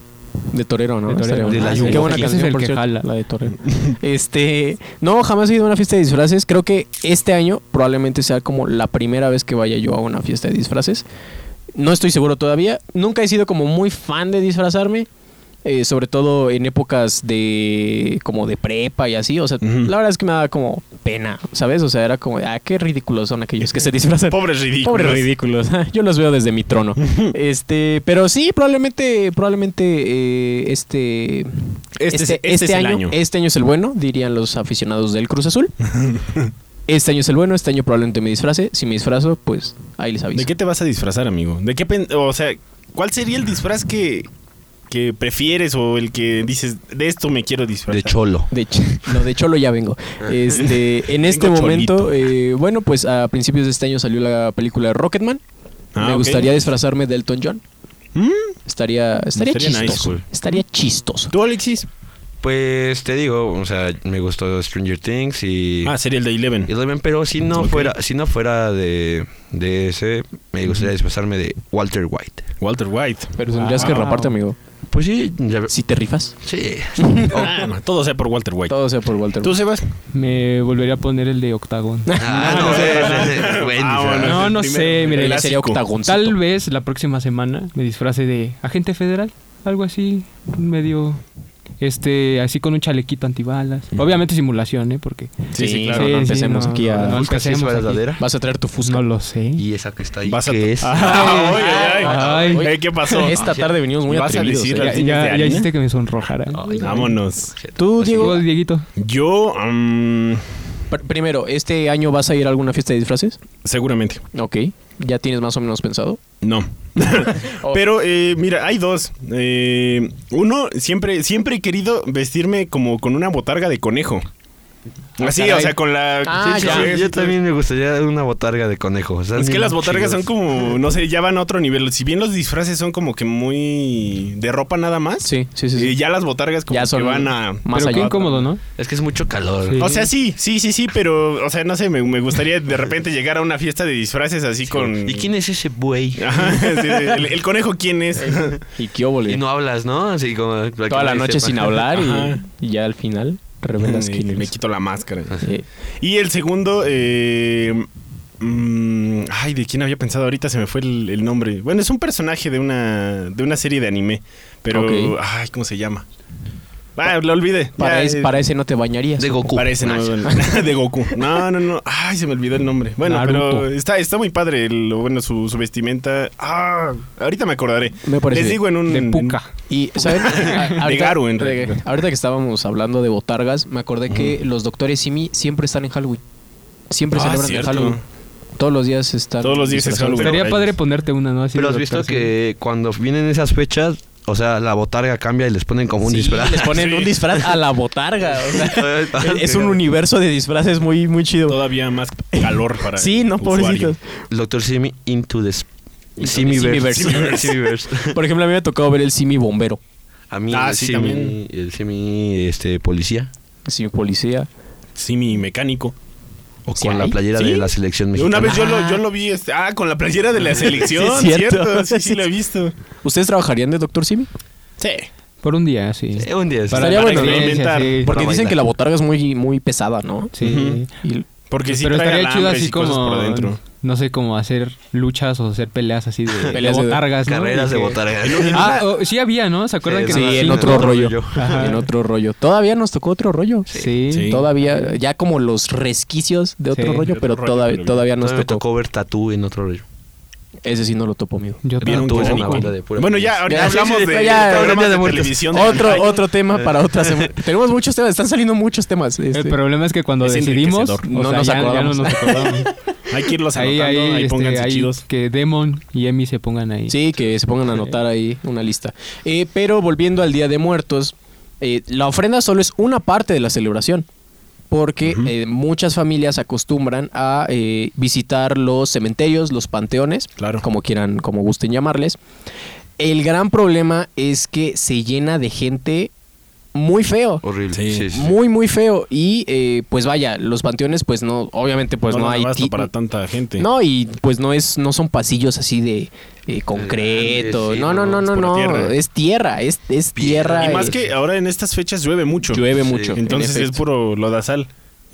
Speaker 4: De torero, ¿no?
Speaker 6: De torero.
Speaker 4: Estaría
Speaker 5: De la
Speaker 4: bueno. Ah,
Speaker 5: Yumbo.
Speaker 4: Qué buena
Speaker 6: Ese es
Speaker 4: canción,
Speaker 6: el
Speaker 4: por
Speaker 6: que
Speaker 4: cierto,
Speaker 6: jala.
Speaker 4: La de torero. Este, no, jamás he ido a una fiesta de disfraces. Creo que este año probablemente sea como la primera vez que vaya yo a una fiesta de disfraces. No estoy seguro todavía. Nunca he sido como muy fan de disfrazarme. eh, sobre todo en épocas de como de prepa y así, o sea,
Speaker 8: Ujú.
Speaker 4: la verdad es que me daba como pena, ¿sabes? O sea, era como, ah, qué ridículos son aquellos que se disfrazan.
Speaker 8: Pobres ridículos.
Speaker 4: Pobres ridículos. Yo los veo desde mi trono. este, pero sí, probablemente, probablemente eh, este,
Speaker 8: Este es- este es el
Speaker 4: año,
Speaker 8: año.
Speaker 4: este año es el bueno, dirían los aficionados del Cruz Azul. este año es el bueno, este año probablemente me disfrace. Si me disfrazo, pues ahí les aviso.
Speaker 8: ¿De qué te vas a disfrazar, amigo? ¿De qué pen- o sea, cuál sería el disfraz que, que prefieres o el que dices, de esto me quiero disfrazar?
Speaker 5: De cholo.
Speaker 4: De hecho, no, de Cholo ya vengo. Este, en este
Speaker 8: Vengo
Speaker 4: momento,
Speaker 8: cholito.
Speaker 4: eh, bueno, pues a principios de este año salió la película Rocketman.
Speaker 8: Ah,
Speaker 4: me
Speaker 8: ok.
Speaker 4: gustaría disfrazarme de Elton John.
Speaker 8: Mm.
Speaker 4: Estaría, estaría,
Speaker 8: Estaría nice,
Speaker 4: chistoso.
Speaker 8: güey.
Speaker 4: estaría chistoso.
Speaker 8: ¿Tú, Alexis?
Speaker 5: Pues te digo, o sea, me gustó Stranger Things y.
Speaker 8: Ah, sería el de Eleven.
Speaker 5: Eleven, pero si no
Speaker 8: Ok.
Speaker 5: fuera, si no fuera de, de ese, me gustaría disfrazarme de Walter White.
Speaker 8: Walter White.
Speaker 4: Pero tendrías que
Speaker 6: Wow.
Speaker 4: raparte, amigo.
Speaker 5: Pues sí, ya-
Speaker 4: Si te rifas.
Speaker 5: sí.
Speaker 8: Ah, todo sea por Walter White.
Speaker 4: Todo sea por Walter.
Speaker 8: ¿Tú, Sebas?
Speaker 6: Me volvería a poner el de octagón.
Speaker 5: Ah, no, sé, no sé, buen
Speaker 8: Ah,
Speaker 5: disfraz.
Speaker 8: bueno.
Speaker 6: No, no
Speaker 8: Primero,
Speaker 6: sé. Mira,
Speaker 4: Él
Speaker 8: clásico.
Speaker 4: sería octagón.
Speaker 6: Tal vez la próxima semana me disfrace de agente federal, algo así, medio, este, así con un chalequito antibalas. Obviamente simulación, ¿eh? Porque
Speaker 4: Sí, sí, claro.
Speaker 6: Sí,
Speaker 4: no
Speaker 6: sí,
Speaker 4: empecemos
Speaker 6: no,
Speaker 4: aquí a.
Speaker 6: no, no.
Speaker 5: Busca si es
Speaker 6: empecemos aquí.
Speaker 5: verdadera.
Speaker 4: Vas a traer tu fusca.
Speaker 6: no lo sé.
Speaker 5: Y esa que está ahí.
Speaker 8: Vas a-
Speaker 5: ¿Qué es?
Speaker 8: Ah, oye, ay,
Speaker 6: Ay.
Speaker 8: Eh, ¿Qué pasó?
Speaker 4: Esta tarde venimos muy
Speaker 8: ¿Vas a
Speaker 4: atrevidos.
Speaker 8: decir
Speaker 6: Ya,
Speaker 4: eh.
Speaker 8: la- ¿Las líneas de
Speaker 6: ya, ya
Speaker 8: harina?
Speaker 6: hiciste que me sonrojara. Pues
Speaker 5: Ay,
Speaker 8: Vámonos.
Speaker 4: Tú, Diego.
Speaker 6: Dieguito.
Speaker 8: Yo, mm,
Speaker 4: Pr- primero, ¿este año vas a ir a alguna fiesta de disfraces?
Speaker 8: Seguramente.
Speaker 4: Ok. ¿Ya tienes más o menos pensado?
Speaker 8: No. Pero, eh, mira, hay dos. Eh, uno, siempre, siempre he querido vestirme como con una botarga de conejo. Así,
Speaker 4: caray.
Speaker 8: o sea, con la...
Speaker 4: Ah,
Speaker 8: sí,
Speaker 4: ya.
Speaker 8: sí, sí,
Speaker 5: yo
Speaker 8: sí.
Speaker 5: también me gustaría una botarga de conejo. Están
Speaker 8: Es que
Speaker 5: bien
Speaker 8: las botargas son
Speaker 5: chidos.
Speaker 8: como, no sé, ya van a otro nivel. Si bien los disfraces son como que muy de ropa nada más.
Speaker 4: Sí, sí, sí. sí.
Speaker 8: eh, ya las botargas como
Speaker 4: Ya son
Speaker 8: que van a...
Speaker 4: más
Speaker 6: Pero qué
Speaker 4: allá.
Speaker 6: incómodo, ¿no?
Speaker 5: Es que es mucho calor.
Speaker 6: Sí.
Speaker 8: O sea, sí, sí, sí, sí, pero, o sea, no sé, me, me gustaría de repente llegar a una fiesta de disfraces así con...
Speaker 5: ¿Y quién es ese buey?
Speaker 8: Ajá, sí, el, el conejo quién es.
Speaker 4: Y qué óvole.
Speaker 5: Y no hablas, ¿no? Así como... para que
Speaker 4: Toda la
Speaker 5: nadie
Speaker 4: noche
Speaker 5: sepa.
Speaker 4: sin hablar
Speaker 8: Ajá.
Speaker 4: y, y ya al final revelas
Speaker 8: Y
Speaker 4: quién
Speaker 8: me
Speaker 4: eres.
Speaker 8: quito la máscara.
Speaker 4: Eh,
Speaker 8: Y el segundo, eh, mm, ay, ¿de quién había pensado ahorita? Se me fue el, el nombre. Bueno, es un personaje de una, de una serie de anime, pero,
Speaker 4: Ok.
Speaker 8: ay, ¿cómo se llama? Ah, lo olvidé.
Speaker 4: para,
Speaker 8: Ya,
Speaker 4: es-
Speaker 8: eh,
Speaker 4: para ese no te bañarías.
Speaker 5: De Goku.
Speaker 8: Parece, no,
Speaker 5: Ah,
Speaker 8: de Goku. No, no, no. Ay, se me olvidó el nombre. Bueno,
Speaker 6: Naruto.
Speaker 8: pero está, está muy padre. el- bueno, su, su vestimenta. Ah, ahorita me acordaré.
Speaker 4: Me parece
Speaker 8: Les digo en un.
Speaker 6: De
Speaker 8: en-
Speaker 6: puca.
Speaker 4: Y, ¿sabes? A- ahorita-
Speaker 8: De Garu, en realidad.
Speaker 4: de- Ahorita que estábamos hablando de botargas, me acordé que los doctores Simi siempre están en Halloween. Siempre
Speaker 8: Ah,
Speaker 4: celebran
Speaker 8: cierto.
Speaker 4: en Halloween. Todos los días están.
Speaker 8: Todos los días es
Speaker 4: disfrazados.
Speaker 8: Halloween.
Speaker 6: Estaría
Speaker 8: Pero-
Speaker 6: padre ponerte una, ¿no? Así
Speaker 5: Pero
Speaker 6: de
Speaker 5: has visto
Speaker 6: doctor, sí.
Speaker 5: que cuando vienen esas fechas, o sea, la botarga cambia y les ponen como un
Speaker 4: Sí,
Speaker 5: disfraz.
Speaker 4: Les ponen un disfraz a la botarga. o sea, es un universo de disfraces muy, muy chido.
Speaker 8: Todavía más calor para.
Speaker 4: Sí, no,
Speaker 8: el usuario.
Speaker 4: pobrecitos.
Speaker 5: El Doctor Simi into the... sp-
Speaker 4: Into the
Speaker 5: Simiverse.
Speaker 4: Simiverse.
Speaker 5: Simiverse.
Speaker 4: Por ejemplo, a mí me ha tocado ver el Simi bombero.
Speaker 5: A mí
Speaker 8: Ah,
Speaker 5: el
Speaker 8: sí,
Speaker 5: Simi-
Speaker 8: también.
Speaker 5: el Simi este, policía.
Speaker 4: el Simi policía.
Speaker 8: Sí, mi mecánico.
Speaker 5: O
Speaker 4: ¿Sí
Speaker 5: con la
Speaker 4: hay?
Speaker 5: playera
Speaker 8: ¿Sí?
Speaker 5: de la selección mexicana.
Speaker 8: Una vez yo lo, yo lo vi, este, ah, con la playera de la selección,
Speaker 4: Sí, es
Speaker 8: cierto.
Speaker 4: cierto.
Speaker 8: Sí, sí, lo he visto.
Speaker 4: ¿Ustedes trabajarían de Doctor Simi?
Speaker 8: Sí.
Speaker 6: Por un día, sí.
Speaker 5: Eh, un día. sí.
Speaker 4: Estaría bueno, ¿no?
Speaker 6: experiencia, sí.
Speaker 5: Por- Para
Speaker 4: Porque dicen
Speaker 5: bailar.
Speaker 4: que la botarga es muy, muy pesada, ¿no?
Speaker 6: Sí.
Speaker 4: Y-
Speaker 8: Porque sí
Speaker 6: Pero
Speaker 8: trae
Speaker 6: estaría chido
Speaker 8: alambres
Speaker 6: así
Speaker 8: y cosas
Speaker 6: como...
Speaker 8: por dentro.
Speaker 6: No sé, como hacer luchas o hacer peleas así de, de
Speaker 4: Peleas de-
Speaker 6: botargas, ¿no?
Speaker 5: Carreras de
Speaker 6: que-
Speaker 5: botarga.
Speaker 6: Ah, oh, sí había, ¿no? ¿Se acuerdan que
Speaker 4: Sí,
Speaker 5: Ah,
Speaker 4: en
Speaker 5: sí,
Speaker 4: otro
Speaker 5: en otro
Speaker 4: rollo.
Speaker 5: rollo.
Speaker 6: Ajá.
Speaker 4: En otro rollo. Todavía nos tocó otro rollo.
Speaker 6: Sí.
Speaker 8: Sí.
Speaker 4: Todavía, ya como los resquicios de otro
Speaker 6: Sí.
Speaker 4: rollo,
Speaker 8: De
Speaker 4: pero
Speaker 8: otro rollo,
Speaker 4: todavía,
Speaker 8: pero
Speaker 4: todavía nos
Speaker 5: Todavía me
Speaker 4: tocó.
Speaker 5: tocó ver tatú en otro rollo. Ah,
Speaker 4: Ese sí no lo topo, amigo.
Speaker 6: Yo
Speaker 5: Vieron
Speaker 6: tampoco.
Speaker 5: que era una banda de pura
Speaker 8: Bueno, ya, ahorita
Speaker 4: Ya, sí,
Speaker 8: hablamos
Speaker 4: sí,
Speaker 8: de,
Speaker 4: ya,
Speaker 8: programas
Speaker 5: ya,
Speaker 8: de
Speaker 5: ya,
Speaker 8: televisión.
Speaker 4: Otro, otro tema para otra semana. Tenemos muchos temas, están saliendo muchos temas. este.
Speaker 6: El problema es que cuando
Speaker 8: Es
Speaker 6: decidimos,
Speaker 8: enriquecedor.
Speaker 6: o
Speaker 4: No
Speaker 6: sea,
Speaker 4: nos
Speaker 6: ya, ya no
Speaker 4: acordamos.
Speaker 6: nos acordamos.
Speaker 8: Hay que irlos
Speaker 6: ahí,
Speaker 8: anotando,
Speaker 6: ahí,
Speaker 8: ahí,
Speaker 6: este,
Speaker 8: pónganse
Speaker 6: ahí
Speaker 8: chidos.
Speaker 6: que Demon y Emi se pongan ahí.
Speaker 4: Sí, que se pongan a anotar ahí una lista. Eh, pero volviendo al Día de Muertos, eh, la ofrenda solo es una parte de la celebración. Porque eh, muchas familias acostumbran a eh, visitar los cementerios, los panteones,
Speaker 8: Claro.
Speaker 4: como quieran, como gusten llamarles. El gran problema es que se llena de gente muy feo.
Speaker 5: Horrible.
Speaker 8: Sí.
Speaker 5: Oh, Sí, sí, sí.
Speaker 4: Muy, muy feo. Y eh, pues vaya, los panteones, pues no, obviamente, pues no,
Speaker 8: no dan
Speaker 4: hay.
Speaker 8: abasto
Speaker 4: ti-
Speaker 8: para tanta gente.
Speaker 4: no, y pues no es, no son pasillos así de eh, concreto.
Speaker 5: Grandes, sí,
Speaker 4: no, no,
Speaker 5: no,
Speaker 4: no,
Speaker 5: es ¿eh?
Speaker 4: no,
Speaker 8: pura
Speaker 4: no.
Speaker 8: tierra.
Speaker 4: Es tierra, es, es
Speaker 5: Piedra.
Speaker 4: tierra.
Speaker 8: Y más
Speaker 4: es-
Speaker 8: que ahora en estas fechas llueve mucho.
Speaker 4: llueve mucho. en
Speaker 8: Entonces es
Speaker 4: efecto.
Speaker 8: puro lodazal.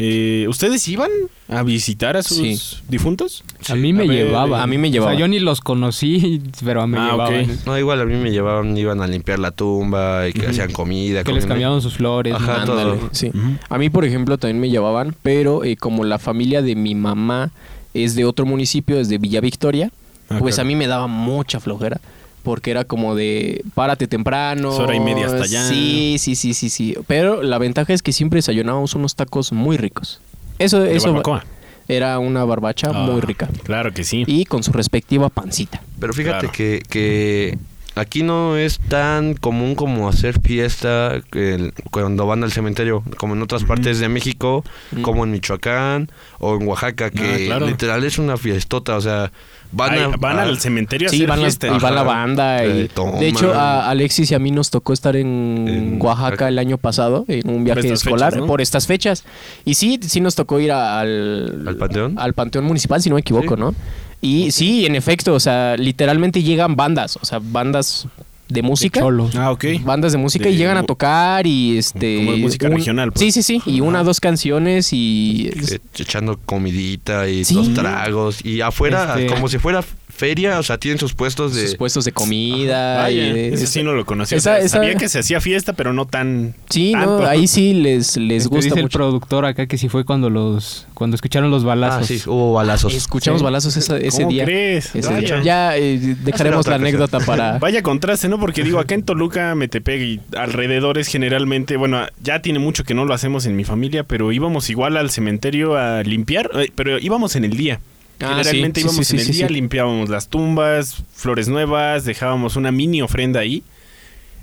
Speaker 8: Eh, ¿Ustedes iban a visitar a sus
Speaker 4: Sí.
Speaker 8: difuntos?
Speaker 6: A mí me
Speaker 8: a ver,
Speaker 6: llevaba.
Speaker 4: a mí me llevaba.
Speaker 6: O sea, yo ni los conocí, pero a mí me
Speaker 8: Ah, ok.
Speaker 6: llevaban.
Speaker 5: No, igual a mí me llevaban, iban a limpiar la tumba y que hacían comida.
Speaker 6: Que les
Speaker 5: comían-
Speaker 6: cambiaban sus flores.
Speaker 5: Ajá,
Speaker 6: ¿no?
Speaker 5: todo.
Speaker 4: Ándale, sí. A mí, por ejemplo, también me llevaban, pero eh, como la familia de mi mamá es de otro municipio, es de Villa Victoria,
Speaker 8: Ah,
Speaker 4: pues
Speaker 8: claro.
Speaker 4: a mí me daba mucha flojera. Porque era como de, párate temprano.
Speaker 8: Es hora y media hasta allá.
Speaker 4: Sí, sí, sí, sí, sí. Pero la ventaja es que siempre desayunábamos unos tacos muy ricos. Eso,
Speaker 8: De
Speaker 4: eso
Speaker 8: barbacoa.
Speaker 4: era una barbacha
Speaker 8: Ah,
Speaker 4: muy rica.
Speaker 8: Claro que sí.
Speaker 4: Y con su respectiva pancita.
Speaker 5: Pero fíjate
Speaker 8: Claro.
Speaker 5: que, que aquí no es tan común como hacer fiesta que el- cuando van al cementerio, como en otras partes de México,
Speaker 4: Ujú.
Speaker 5: como en Michoacán o en Oaxaca, que
Speaker 8: Ah, claro.
Speaker 5: literal es una fiestota, o sea, van,
Speaker 8: Ay,
Speaker 5: a-
Speaker 8: van
Speaker 5: a-
Speaker 8: al cementerio a
Speaker 4: ah, Sí,
Speaker 8: hacer
Speaker 4: van las-
Speaker 8: fiesta.
Speaker 4: y va la
Speaker 5: Ajá.
Speaker 4: banda. y-
Speaker 5: Eh, toma.
Speaker 4: de hecho, a Alexis y a mí nos tocó estar en,
Speaker 5: En
Speaker 4: Oaxaca
Speaker 5: Oaxaca.
Speaker 4: el año pasado, en un viaje
Speaker 8: estas
Speaker 4: escolar,
Speaker 8: fechas, ¿no?
Speaker 4: por estas fechas. Y sí, sí nos tocó ir a- al,
Speaker 5: ¿Al panteón?
Speaker 4: al Panteón Municipal, si no me equivoco,
Speaker 5: Sí.
Speaker 4: ¿no? Y sí, en efecto, o sea, literalmente llegan bandas, o sea, bandas de música.
Speaker 6: Cholos.
Speaker 8: Ah, ok.
Speaker 4: Bandas de música y
Speaker 8: De-
Speaker 4: llegan a tocar y este...
Speaker 8: Como de música regional, pues.
Speaker 4: Sí, sí, sí. Y una, dos canciones y...
Speaker 5: eh, echando comidita y
Speaker 4: Sí.
Speaker 5: los tragos y afuera
Speaker 6: Este-
Speaker 5: como si fuera feria, o sea, tienen sus puestos de...
Speaker 4: Sus puestos de comida.
Speaker 8: Vaya,
Speaker 4: y de-
Speaker 8: ese sí no lo conocía.
Speaker 4: eh, esa-
Speaker 8: O sea,
Speaker 4: esa-
Speaker 8: Sabía que se hacía fiesta, pero no tan.
Speaker 4: Sí, no,
Speaker 8: tanto.
Speaker 4: ahí sí les, les
Speaker 6: Este,
Speaker 4: gusta
Speaker 6: dice el
Speaker 4: mucho.
Speaker 6: productor acá que si fue cuando los cuando escucharon los
Speaker 5: Ah,
Speaker 6: balazos.
Speaker 5: sí, hubo balazos.
Speaker 4: Escuchamos
Speaker 6: Sí.
Speaker 4: balazos esa- ese
Speaker 8: ¿Cómo
Speaker 4: día.
Speaker 8: crees?
Speaker 4: Ese
Speaker 8: Vaya.
Speaker 4: día. Ya eh, dejaremos
Speaker 5: otra
Speaker 4: la
Speaker 5: ocasión.
Speaker 4: anécdota para...
Speaker 8: Vaya contraste, ¿no? Porque digo, acá en Toluca, Metepec y alrededores generalmente, bueno, ya tiene mucho que no lo hacemos en mi familia, pero íbamos igual al cementerio a limpiar, eh, pero íbamos en el día.
Speaker 4: Ah, sí,
Speaker 8: Generalmente
Speaker 4: sí,
Speaker 8: íbamos
Speaker 4: sí,
Speaker 8: en el
Speaker 4: sí,
Speaker 8: día,
Speaker 4: sí.
Speaker 8: limpiábamos las tumbas, flores nuevas, dejábamos una mini ofrenda ahí,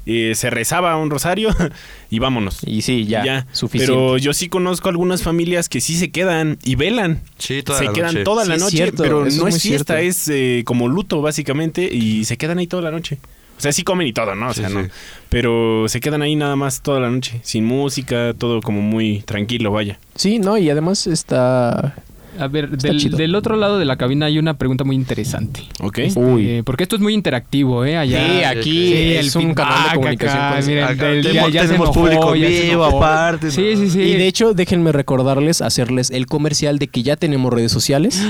Speaker 8: eh, se rezaba un rosario y vámonos.
Speaker 4: Y sí, ya, suficiente.
Speaker 8: Pero yo sí conozco algunas familias que sí se quedan y velan
Speaker 5: Sí, toda
Speaker 8: se
Speaker 5: la
Speaker 8: quedan
Speaker 5: noche.
Speaker 8: toda la
Speaker 4: Sí, es
Speaker 8: noche,
Speaker 4: cierto,
Speaker 8: pero
Speaker 4: eso es
Speaker 8: no
Speaker 4: muy
Speaker 8: es fiesta,
Speaker 4: cierto.
Speaker 8: es eh, como luto básicamente y se quedan ahí toda la noche. O sea, sí comen y todo, ¿no? O
Speaker 5: Sí,
Speaker 8: sea, no.
Speaker 5: sí.
Speaker 8: Pero se quedan ahí nada más toda la noche, sin música, todo como muy tranquilo, vaya.
Speaker 4: Sí, no, y además está...
Speaker 6: A ver,
Speaker 4: Está
Speaker 6: del,
Speaker 4: chido.
Speaker 6: del otro lado de la cabina hay una pregunta muy interesante.
Speaker 8: ¿Ok?
Speaker 6: Eh, porque esto es muy interactivo, ¿eh? Allá.
Speaker 4: sí, aquí
Speaker 6: Sí,
Speaker 4: es un canal de
Speaker 6: feedback
Speaker 4: comunicación.
Speaker 6: acá,
Speaker 4: con-
Speaker 6: miren,
Speaker 5: Acá
Speaker 6: del
Speaker 5: tenemos-
Speaker 6: día ya se
Speaker 5: tenemos
Speaker 6: enojó,
Speaker 5: público
Speaker 6: ya se
Speaker 5: vivo
Speaker 6: enojó.
Speaker 5: aparte,
Speaker 6: Sí, sí, sí.
Speaker 4: Y de hecho, déjenme recordarles, hacerles el comercial de que ya tenemos redes sociales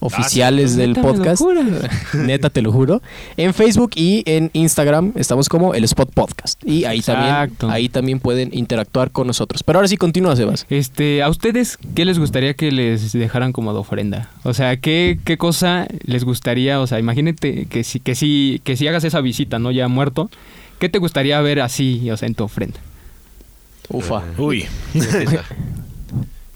Speaker 4: oficiales del
Speaker 6: Ah, pues Neta, me lo
Speaker 4: podcast.
Speaker 6: juras.
Speaker 4: Neta, te lo juro. En Facebook y en Instagram estamos como el Spot Podcast. Y ahí también,
Speaker 6: Exacto.
Speaker 4: ahí también pueden interactuar con nosotros. Pero ahora sí, continúa, Sebas.
Speaker 6: Este, ¿a ustedes qué les gustaría que les dejaran como de ofrenda? O sea, ¿qué, qué cosa les gustaría? O sea, imagínate que si, que si, que si hagas esa visita, ¿no? Ya muerto, ¿qué te gustaría ver así, o sea, en tu ofrenda?
Speaker 4: Ufa.
Speaker 8: Uy.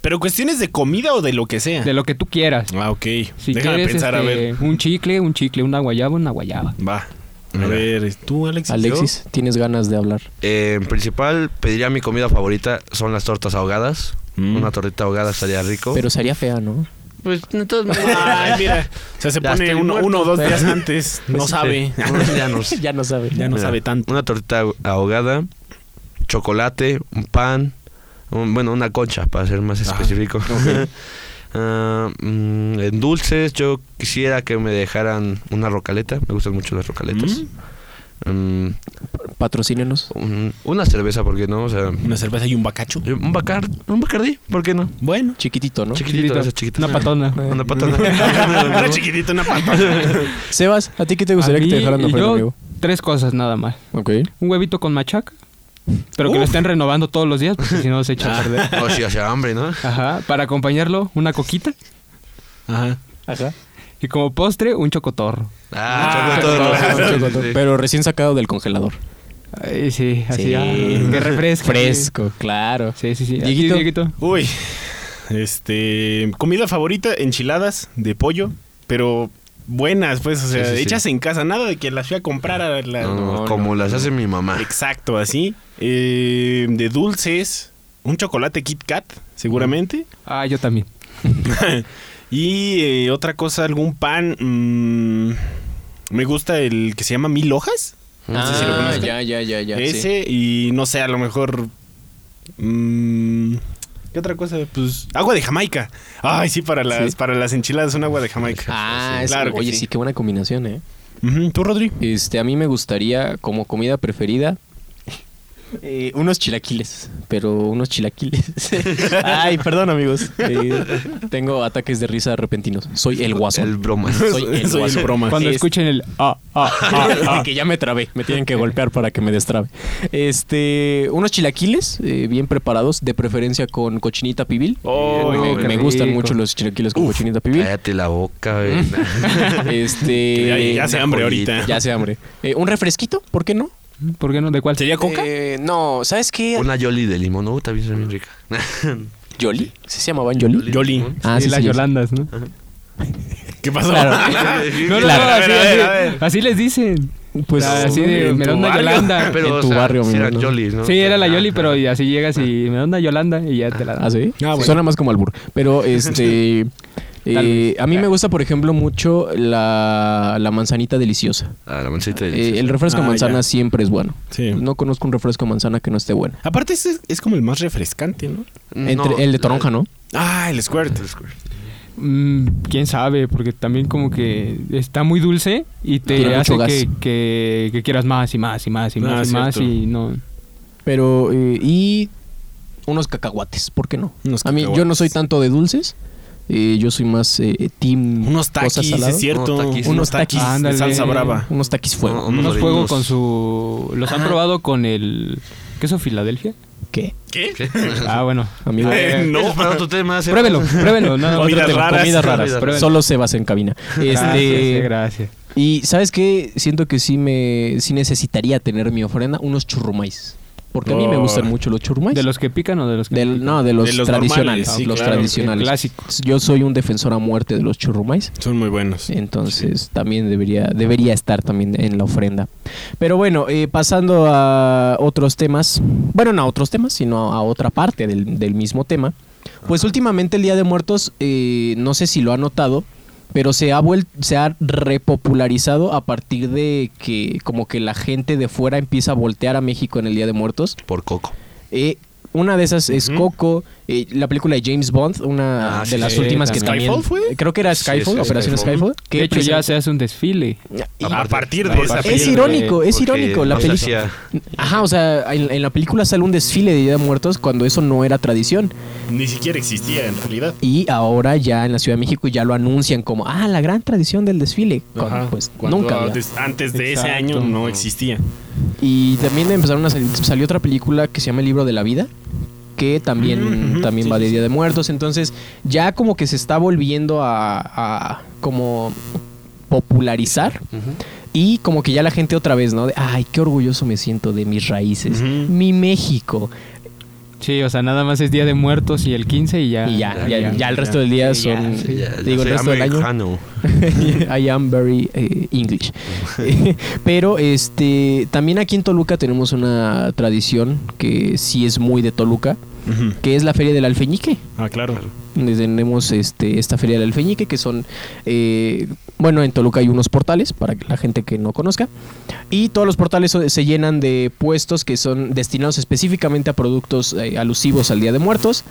Speaker 8: ¿Pero cuestiones de comida o de lo que sea?
Speaker 6: De lo que tú quieras.
Speaker 8: Ah, ok.
Speaker 6: Si
Speaker 8: Déjame
Speaker 6: quieres,
Speaker 8: pensar, a
Speaker 6: este,
Speaker 8: ver.
Speaker 6: un chicle, un chicle, una guayaba, una guayaba.
Speaker 8: Va. A
Speaker 5: Mira.
Speaker 8: ver, tú, Alex.
Speaker 4: Alexis, tienes ganas de hablar.
Speaker 5: Eh, en principal, pediría mi comida favorita, son las tortas ahogadas.
Speaker 8: Mm.
Speaker 5: Una tortita ahogada estaría rico.
Speaker 4: Pero sería fea, ¿no?
Speaker 5: pues, entonces...
Speaker 8: Ay, mira. O sea, se
Speaker 5: Ya
Speaker 8: pone
Speaker 5: estoy
Speaker 8: uno,
Speaker 5: muerto.
Speaker 8: uno o dos días antes. No sabe.
Speaker 5: ya no sé.
Speaker 4: ya no sabe.
Speaker 8: Ya no
Speaker 5: Mira,
Speaker 8: sabe tanto.
Speaker 5: Una tortita ahogada, chocolate, un pan, un- bueno, una concha, para ser más específico. Ah, mm, en dulces, yo quisiera que me dejaran una rocaleta. Me gustan mucho las rocaletas. Mm,
Speaker 4: Patrocínenos.
Speaker 5: un- una cerveza, ¿por qué no? O sea,
Speaker 8: Una cerveza y un bacacho.
Speaker 5: un, bacar, un bacardí, ¿por qué no?
Speaker 8: Bueno.
Speaker 4: Chiquitito, ¿no?
Speaker 5: Chiquitito, esas chiquitas.
Speaker 6: Una patona.
Speaker 5: Una patona.
Speaker 8: Una chiquitita, una pantalla.
Speaker 4: Sebas, ¿a ti qué te gustaría
Speaker 6: A
Speaker 4: que te
Speaker 6: mí-
Speaker 4: dejaran de
Speaker 6: y
Speaker 4: ofrenda,
Speaker 6: yo,
Speaker 4: amigo?
Speaker 6: Tres cosas nada más.
Speaker 4: Ok.
Speaker 6: Un huevito con machaca, pero que lo estén renovando todos los días, porque si no se
Speaker 4: Ah.
Speaker 6: echa a perder.
Speaker 5: o si hace hambre, ¿no?
Speaker 6: Ajá. Para acompañarlo, una coquita.
Speaker 8: Ajá.
Speaker 4: Ajá.
Speaker 6: Y como postre, un chocotorro.
Speaker 5: Ah,
Speaker 4: Pero recién sacado del congelador.
Speaker 6: Ay, sí, así.
Speaker 4: Sí.
Speaker 6: ah, que refresco.
Speaker 4: Fresco, claro.
Speaker 6: Sí, sí, sí. Aquí,
Speaker 4: Dieguito.
Speaker 6: Dieguito.
Speaker 8: Uy, este, comida favorita, enchiladas de pollo, pero buenas, pues, o sea,
Speaker 5: Sí, sí, sí.
Speaker 8: hechas en casa, nada de que las fui a comprar a la...
Speaker 5: No, no, como las hace mi mamá.
Speaker 8: Exacto, así. Eh, de dulces, un chocolate Kit Kat, seguramente.
Speaker 6: Ah, yo también.
Speaker 8: Y eh, otra cosa, algún pan. mm, me gusta el que se llama Mil Hojas. No sé si lo conozcan.
Speaker 4: Ah, ya, ya, ya, ya. sí.
Speaker 8: Ese, y no sé, a lo mejor. mm, ¿Qué otra cosa? Pues. Agua de Jamaica. Ay, sí, para las,
Speaker 4: Sí.
Speaker 8: para las enchiladas, un agua de Jamaica.
Speaker 4: Ah,
Speaker 8: Sí,
Speaker 4: es-
Speaker 8: claro que
Speaker 4: oye,
Speaker 8: sí.
Speaker 4: sí. qué buena combinación, ¿eh?
Speaker 8: Ujú, ¿Tú, Rodri?
Speaker 4: Este, a mí me gustaría, como comida preferida, eh, unos chilaquiles, pero unos chilaquiles. Ay, perdón, amigos. Eh, tengo ataques de risa repentinos. Soy el guasón.
Speaker 5: El broma.
Speaker 4: Soy el
Speaker 8: Soy el
Speaker 4: guasón.
Speaker 8: bromas.
Speaker 6: Cuando
Speaker 4: Es-
Speaker 6: escuchen el ah, ah, ah, ah.
Speaker 4: que ya me trabé, me tienen que golpear para que me destrabe. Este, unos chilaquiles eh, bien preparados, de preferencia con cochinita pibil.
Speaker 6: Oh,
Speaker 4: me,
Speaker 6: qué
Speaker 4: me gustan
Speaker 6: rico.
Speaker 4: mucho los chilaquiles con cochinita pibil.
Speaker 5: Cállate la boca, güey.
Speaker 4: Este,
Speaker 8: Ya, ya hace
Speaker 5: una
Speaker 8: hambre
Speaker 5: joyita.
Speaker 8: ahorita.
Speaker 4: ya hace hambre. Eh, un refresquito, ¿por qué no?
Speaker 6: ¿Por qué no? ¿De cuál?
Speaker 8: ¿Sería coca?
Speaker 4: Eh, no, ¿sabes qué?
Speaker 5: Una Yoli de limón, no, también es bien rica.
Speaker 4: ¿Yoli? ¿Sí ¿Se llamaban Yoli?
Speaker 8: Yoli.
Speaker 4: Ah,
Speaker 6: Sí,
Speaker 4: sí,
Speaker 6: las
Speaker 4: sí, sí.
Speaker 6: Yolandas, ¿no?
Speaker 8: ¿Qué pasó?
Speaker 4: Claro.
Speaker 6: No, no, no, así,
Speaker 4: Claro.
Speaker 8: A ver, a ver, a
Speaker 6: así,
Speaker 8: ver.
Speaker 6: así les dicen.
Speaker 4: Pues
Speaker 6: Ah, así de,
Speaker 8: en
Speaker 6: me da
Speaker 8: tu
Speaker 6: una
Speaker 8: barrio.
Speaker 6: Yolanda.
Speaker 5: Pero,
Speaker 4: En
Speaker 5: o
Speaker 4: tu
Speaker 5: sea,
Speaker 4: barrio,
Speaker 5: sí
Speaker 4: mi
Speaker 5: eran
Speaker 4: hermano.
Speaker 5: Yolis, ¿no?
Speaker 6: Sí, era la Yoli,
Speaker 5: Ah,
Speaker 6: pero y así llegas y me da una Yolanda y ya te la dan.
Speaker 4: ¿Ah, sí?
Speaker 8: Ah, bueno.
Speaker 4: Suena más como albur. Pero, este... eh,
Speaker 6: Tal vez.
Speaker 4: a mí me gusta, por ejemplo, mucho la, la manzanita deliciosa.
Speaker 5: Ah, la mancita
Speaker 4: Eh,
Speaker 5: de
Speaker 4: el refresco de
Speaker 8: Ah,
Speaker 4: manzana
Speaker 8: ya.
Speaker 4: siempre es bueno.
Speaker 8: Sí.
Speaker 4: No conozco un refresco de manzana que no esté bueno.
Speaker 8: Aparte, ese es, es como el más refrescante, ¿no?
Speaker 4: Entre- el de toronja, ¿no?
Speaker 8: Ah, el Squirt.
Speaker 6: Mm, quién sabe, porque también como que está muy dulce y te
Speaker 4: Tiene
Speaker 6: hace
Speaker 4: mucho gas.
Speaker 6: que, que, que quieras más y más y más y
Speaker 8: Ah,
Speaker 6: más y más
Speaker 8: cierto.
Speaker 6: y no.
Speaker 4: Pero, eh, y unos cacahuates, ¿por qué no?
Speaker 8: Unos
Speaker 4: a mí, yo no
Speaker 8: cacahuates.
Speaker 4: soy tanto de dulces, Eh, yo soy más eh, team
Speaker 9: Unos
Speaker 4: cosas
Speaker 9: taquis,
Speaker 4: saladas.
Speaker 9: es cierto.
Speaker 5: Unos taquis.
Speaker 9: Unos,
Speaker 4: Unos
Speaker 9: taquis,
Speaker 4: taquis.
Speaker 9: de
Speaker 6: Ándale.
Speaker 9: salsa brava.
Speaker 4: Unos taquis fuego.
Speaker 5: No,
Speaker 6: Unos
Speaker 5: unos
Speaker 6: fuego
Speaker 5: rellenos.
Speaker 6: con su... ¿Los han probado con el queso Filadelfia?
Speaker 4: ¿Qué?
Speaker 6: Ah, bueno.
Speaker 4: Amigo.
Speaker 9: Eh,
Speaker 5: No,
Speaker 9: no.
Speaker 5: es para otro tema. hace-
Speaker 6: Pruébelo, pruébelo. No,
Speaker 9: Comidas
Speaker 6: pruébelo,
Speaker 9: raras.
Speaker 4: Comidas raras.
Speaker 5: Comidas
Speaker 4: Solo Sebas en cabina.
Speaker 6: Gracias, eh,
Speaker 4: Este,
Speaker 6: gracias.
Speaker 4: y ¿sabes qué? Siento que sí me sí necesitaría tener mi ofrenda unos churrumais. Porque a mí me
Speaker 9: Oh.
Speaker 4: gustan mucho los churrumais.
Speaker 6: ¿De los que pican o de los que
Speaker 4: Pues, Del-
Speaker 6: pican?
Speaker 4: no, de los,
Speaker 9: De los
Speaker 4: tradicionales.
Speaker 9: normales, sí,
Speaker 4: los
Speaker 9: claro.
Speaker 4: tradicionales.
Speaker 6: El clásico.
Speaker 4: Yo soy un defensor a muerte de los churrumais.
Speaker 9: Son muy buenos.
Speaker 4: Entonces también debería, debería estar también en la ofrenda. Pero bueno, eh, pasando a otros temas. Bueno, no a otros temas, sino a otra parte del, del mismo tema. Pues últimamente el Día de Muertos, eh, no sé si lo ha notado, pero se ha vuelto, se ha repopularizado a partir de que como que la gente de fuera empieza a voltear a México en el Día de Muertos.
Speaker 5: Por coco.
Speaker 4: Eh, una de esas es Coco, eh, la película de James Bond,
Speaker 5: Ah,
Speaker 4: una de
Speaker 5: sí,
Speaker 4: las
Speaker 5: sí,
Speaker 4: últimas que
Speaker 6: también.
Speaker 4: también...
Speaker 8: ¿Skyfall fue?
Speaker 4: Creo que era
Speaker 5: Sí,
Speaker 4: Skyfall,
Speaker 5: sí,
Speaker 4: Operación Skyfall.
Speaker 5: Skyfall.
Speaker 4: que
Speaker 6: de hecho,
Speaker 4: presenta-
Speaker 6: ya se hace un desfile. eh,
Speaker 4: y-
Speaker 8: A partir de pues,
Speaker 5: a
Speaker 8: esa
Speaker 6: partir
Speaker 4: es
Speaker 6: de-
Speaker 8: película.
Speaker 4: irónico, es
Speaker 5: Porque
Speaker 4: irónico la
Speaker 5: no se
Speaker 4: película.
Speaker 5: hacía-
Speaker 4: Ajá, o sea, en, en la película sale un desfile de Día de Muertos cuando eso no era tradición.
Speaker 8: Ni siquiera existía en realidad.
Speaker 4: Y ahora ya en la Ciudad de México ya lo anuncian como, ah, la gran tradición del desfile. Cuando,
Speaker 9: Ajá.
Speaker 4: pues
Speaker 9: Cuando
Speaker 4: nunca. había.
Speaker 9: Antes, antes de ese
Speaker 6: Exacto.
Speaker 9: año no existía.
Speaker 4: Y también empezaron a salir, salió otra película que se llama El libro de la vida, que también, también va de Día de Muertos. Entonces, ya como que se está volviendo a, a como popularizar. Y como que ya la gente otra vez, ¿no? De, Ay, qué orgulloso me siento de mis raíces. Mi México.
Speaker 6: Sí, o sea, nada más es Día de Muertos y el 15 y ya.
Speaker 4: y ya, ya, ya el resto
Speaker 6: ya.
Speaker 4: del día
Speaker 6: Sí, ya,
Speaker 4: son...
Speaker 6: sí,
Speaker 5: Ya,
Speaker 4: digo,
Speaker 5: soy
Speaker 4: el resto del año...
Speaker 5: americano.
Speaker 4: I am very eh, English. Eh, Pero este también aquí en Toluca tenemos una tradición que sí es muy de Toluca, que es la Feria del Alfeñique.
Speaker 9: Ah, claro.
Speaker 4: Donde Tenemos este, esta Feria del Alfeñique, que son, eh, bueno, en Toluca hay unos portales, para que la gente que no conozca, y todos los portales so- se llenan de puestos que son destinados específicamente a productos eh, alusivos al Día de Muertos,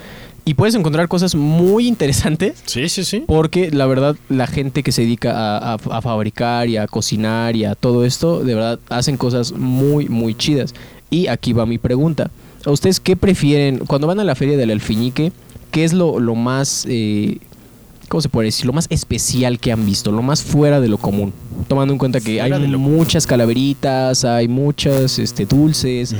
Speaker 4: y puedes encontrar cosas muy interesantes
Speaker 9: Sí, sí, sí.
Speaker 4: porque la verdad, la gente que se dedica a, a- a fabricar y a cocinar y a todo esto, de verdad, hacen cosas muy, muy chidas. Y aquí va mi pregunta. ¿A ustedes qué prefieren? Cuando van a la feria del alfiñique, ¿qué es lo, lo más, eh, ¿cómo se puede decir? Lo más especial que han visto, lo más fuera de lo común. Tomando en cuenta que
Speaker 8: Fuera
Speaker 4: hay
Speaker 8: de lo
Speaker 4: muchas calaveritas, hay muchas este, dulces,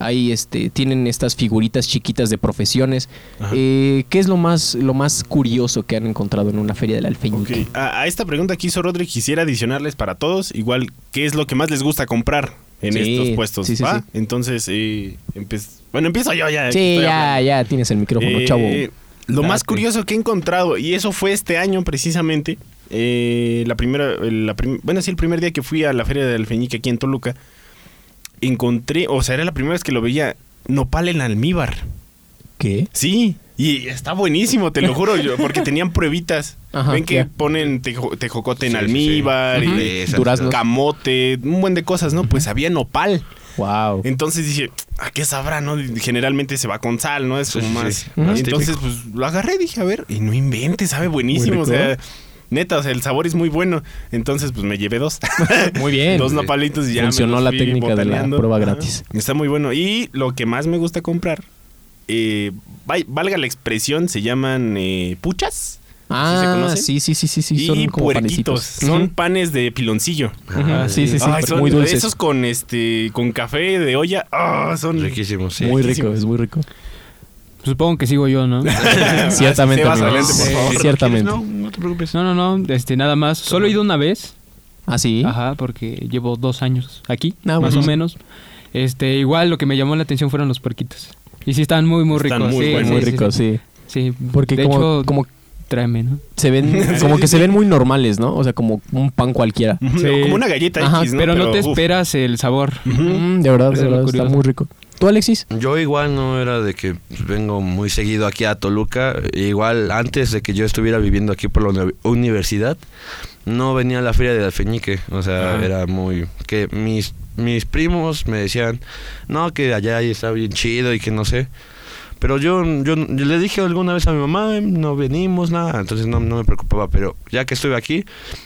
Speaker 4: hay este, tienen estas figuritas chiquitas de profesiones. Eh, ¿Qué es lo más, lo más curioso que han encontrado en una feria del
Speaker 8: Ok,
Speaker 4: alfeñique?
Speaker 8: a, a esta pregunta que hizo Rodri quisiera adicionarles para todos, igual, ¿qué es lo que más les gusta comprar en
Speaker 4: Sí,
Speaker 8: estos puestos?
Speaker 4: sí, sí,
Speaker 8: ¿va?
Speaker 4: sí.
Speaker 8: Entonces, eh, empe- bueno, empiezo yo ya. que
Speaker 4: Sí,
Speaker 8: estoy
Speaker 4: ya,
Speaker 8: hablando.
Speaker 4: ya tienes el micrófono,
Speaker 8: Eh,
Speaker 4: chavo.
Speaker 8: Lo más
Speaker 6: Date.
Speaker 8: curioso que he encontrado, y eso fue este año precisamente, eh, la primera, la prim- bueno, sí, el primer día que fui a la Feria del Alfeñique aquí en Toluca, encontré, o sea, era la primera vez que lo veía, nopal en almíbar.
Speaker 4: ¿Qué?
Speaker 8: Sí, y está buenísimo, te lo juro, yo, porque tenían pruebitas.
Speaker 4: Ajá,
Speaker 8: Ven que
Speaker 4: ya.
Speaker 8: ponen tejo- tejocote en
Speaker 5: Sí, sí, sí.
Speaker 8: almíbar, y
Speaker 5: Ujú.
Speaker 8: de-
Speaker 5: Esas-
Speaker 4: Durazno.
Speaker 8: camote, un buen de cosas, ¿no? Pues había nopal.
Speaker 4: Wow.
Speaker 8: Entonces dije, ¿a qué sabrá, no? Generalmente se va con sal, ¿no? Es
Speaker 5: Sí,
Speaker 8: como
Speaker 5: sí,
Speaker 8: más.
Speaker 5: sí, más
Speaker 8: Entonces, pues lo agarré, dije, a ver, y no inventes, sabe buenísimo, o sea. Neta, o sea, el sabor es muy bueno. Entonces, pues me llevé dos.
Speaker 4: Muy bien.
Speaker 8: dos nopalitos y ya. me
Speaker 4: Funcionó
Speaker 8: los
Speaker 4: la
Speaker 8: fui
Speaker 4: técnica de la
Speaker 8: botaneando.
Speaker 4: prueba
Speaker 8: Ajá.
Speaker 4: gratis.
Speaker 8: Está muy bueno. Y lo que más me gusta comprar, eh, vay- valga la expresión, se llaman eh, puchas se
Speaker 4: Ah,
Speaker 8: conocen?
Speaker 4: sí, sí, sí, sí, sí.
Speaker 8: y
Speaker 4: Son como
Speaker 8: puerquitos.
Speaker 4: panecitos.
Speaker 8: Son panes de piloncillo.
Speaker 4: Ajá, sí, sí, sí.
Speaker 8: Ay, son
Speaker 4: muy dulces.
Speaker 8: Esos con este con café de olla. Ah, son
Speaker 5: Riquísimo, sí.
Speaker 4: Mm. muy rico, es muy rico.
Speaker 6: Supongo que sigo yo, ¿no?
Speaker 4: Ciertamente,
Speaker 8: Sebas,
Speaker 4: amigo.
Speaker 8: adelante, por
Speaker 4: Sí,
Speaker 8: favor.
Speaker 4: Ciertamente.
Speaker 5: No, no te preocupes.
Speaker 6: No, no, no, este, nada más. Solo he ido una vez.
Speaker 4: Ah, sí.
Speaker 6: Ajá, porque llevo dos años aquí,
Speaker 4: Ah,
Speaker 6: más
Speaker 4: bueno.
Speaker 6: o menos. Este, igual lo que me llamó la atención fueron los puerquitos. Y sí, estaban muy, muy
Speaker 8: Están
Speaker 6: ricos.
Speaker 8: muy
Speaker 6: sí,
Speaker 8: buenos.
Speaker 4: muy
Speaker 6: sí, sí,
Speaker 4: rico,
Speaker 6: sí.
Speaker 4: sí.
Speaker 6: Sí,
Speaker 4: Porque
Speaker 6: de
Speaker 4: como,
Speaker 6: hecho,
Speaker 4: como
Speaker 6: tráeme, ¿no?
Speaker 4: se ven, como que se ven muy normales, ¿no? O sea, como un pan cualquiera.
Speaker 8: Ujú,
Speaker 6: Sí.
Speaker 8: Como una galleta
Speaker 4: Ajá,
Speaker 8: X, ¿no?
Speaker 6: Pero, no te
Speaker 8: uf,
Speaker 6: esperas el sabor.
Speaker 4: Mm, de verdad,
Speaker 6: Es
Speaker 4: de
Speaker 6: lo
Speaker 4: verdad, está
Speaker 6: curioso.
Speaker 4: muy rico. ¿Tú, Alexis?
Speaker 5: Yo igual no era de que vengo muy seguido aquí a Toluca. Igual antes de que yo estuviera viviendo aquí por la uni- universidad, no venía a la feria del alfeñique. O sea, era muy... que mis, mis primos me decían, no, que allá ahí está bien chido y que no sé. Pero yo, yo, yo le dije alguna vez a mi mamá, "Eh, no venimos, nada, entonces no, no me preocupaba. Pero ya que estuve aquí,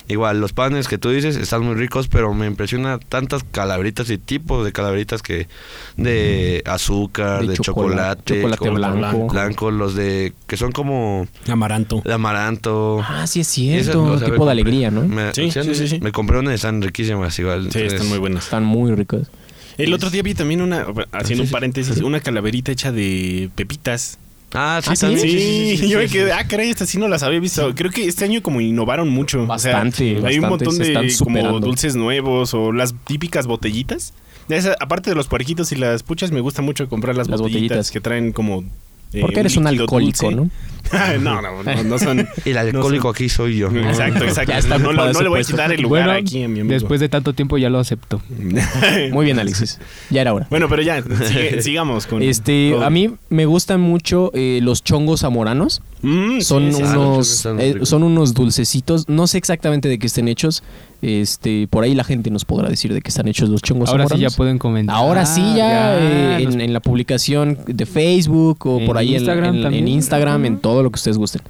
Speaker 5: igual los panes que tú dices están muy ricos, pero me impresiona tantas calaveritas y tipos de calaveritas que de azúcar,
Speaker 4: Mm. De
Speaker 5: de,
Speaker 4: chocolate,
Speaker 5: chocolate,
Speaker 4: chocolate
Speaker 5: como-
Speaker 4: blanco.
Speaker 5: blanco, los de que son como
Speaker 8: Amaranto.
Speaker 5: de amaranto.
Speaker 4: Ah, sí es
Speaker 5: Esas
Speaker 4: cierto.
Speaker 5: cosas, me
Speaker 4: tipo de
Speaker 5: compré-
Speaker 4: alegría, ¿no?
Speaker 5: Me,
Speaker 8: Sí, sí, sí, sí.
Speaker 5: me compré unas, están riquísimas igual.
Speaker 8: Sí, están
Speaker 5: entonces-
Speaker 8: muy buenas.
Speaker 4: Están muy ricas.
Speaker 8: El otro día vi también una, haciendo un paréntesis, una calaverita hecha de pepitas.
Speaker 5: Ah, sí,
Speaker 4: Ah, ¿sí?
Speaker 5: también.
Speaker 8: Sí,
Speaker 5: sí,
Speaker 8: yo me
Speaker 5: sí,
Speaker 8: quedé, ah, caray, estas sí no las había visto. Creo que este año como innovaron mucho. O sea,
Speaker 4: Bastante,
Speaker 8: hay
Speaker 4: bastante,
Speaker 8: un montón
Speaker 4: se
Speaker 8: de
Speaker 4: están
Speaker 8: como
Speaker 4: superando.
Speaker 8: dulces nuevos o las típicas botellitas. Ya esa- aparte de los puerquitos y las puchas, me gusta mucho comprar las,
Speaker 4: Las
Speaker 8: botellitas,
Speaker 4: botellitas.
Speaker 8: que traen como... eh,
Speaker 4: Porque eres un
Speaker 8: líquido
Speaker 4: alcohólico,
Speaker 8: dulce.
Speaker 4: ¿no?
Speaker 8: no, no, no, no son...
Speaker 5: El alcohólico aquí soy yo.
Speaker 8: Exacto, exacto.
Speaker 4: Ya está
Speaker 8: no, lo-
Speaker 4: ocupado
Speaker 8: no
Speaker 4: ese
Speaker 8: le voy a
Speaker 4: puesto.
Speaker 8: quitar el lugar
Speaker 6: Bueno,
Speaker 8: aquí a mi amigo.
Speaker 6: Después de tanto tiempo ya lo acepto.
Speaker 4: Muy bien, Alexis. Ya era hora.
Speaker 8: bueno, pero ya, sigue- sigamos con...
Speaker 4: Este,
Speaker 8: todo.
Speaker 4: a mí me gustan mucho eh, los chongos zamoranos.
Speaker 8: Mm,
Speaker 4: Son
Speaker 8: sí,
Speaker 5: Ah, los
Speaker 8: sí,
Speaker 5: chongos
Speaker 4: unos,
Speaker 5: están
Speaker 4: eh,
Speaker 5: ricos.
Speaker 4: son unos dulcecitos. No sé exactamente de qué estén hechos. Este, por ahí la gente nos podrá decir de qué están hechos los chongos
Speaker 6: Ahora sí ya
Speaker 4: zamoranos.
Speaker 6: pueden comentar. Ah,
Speaker 4: Ahora
Speaker 8: Ah,
Speaker 4: sí ya, eh,
Speaker 6: los-
Speaker 4: en, en la publicación de Facebook o
Speaker 6: En
Speaker 4: por ahí en-
Speaker 6: Instagram
Speaker 4: en, en
Speaker 6: también.
Speaker 4: Instagram, en todo lo que ustedes gusten.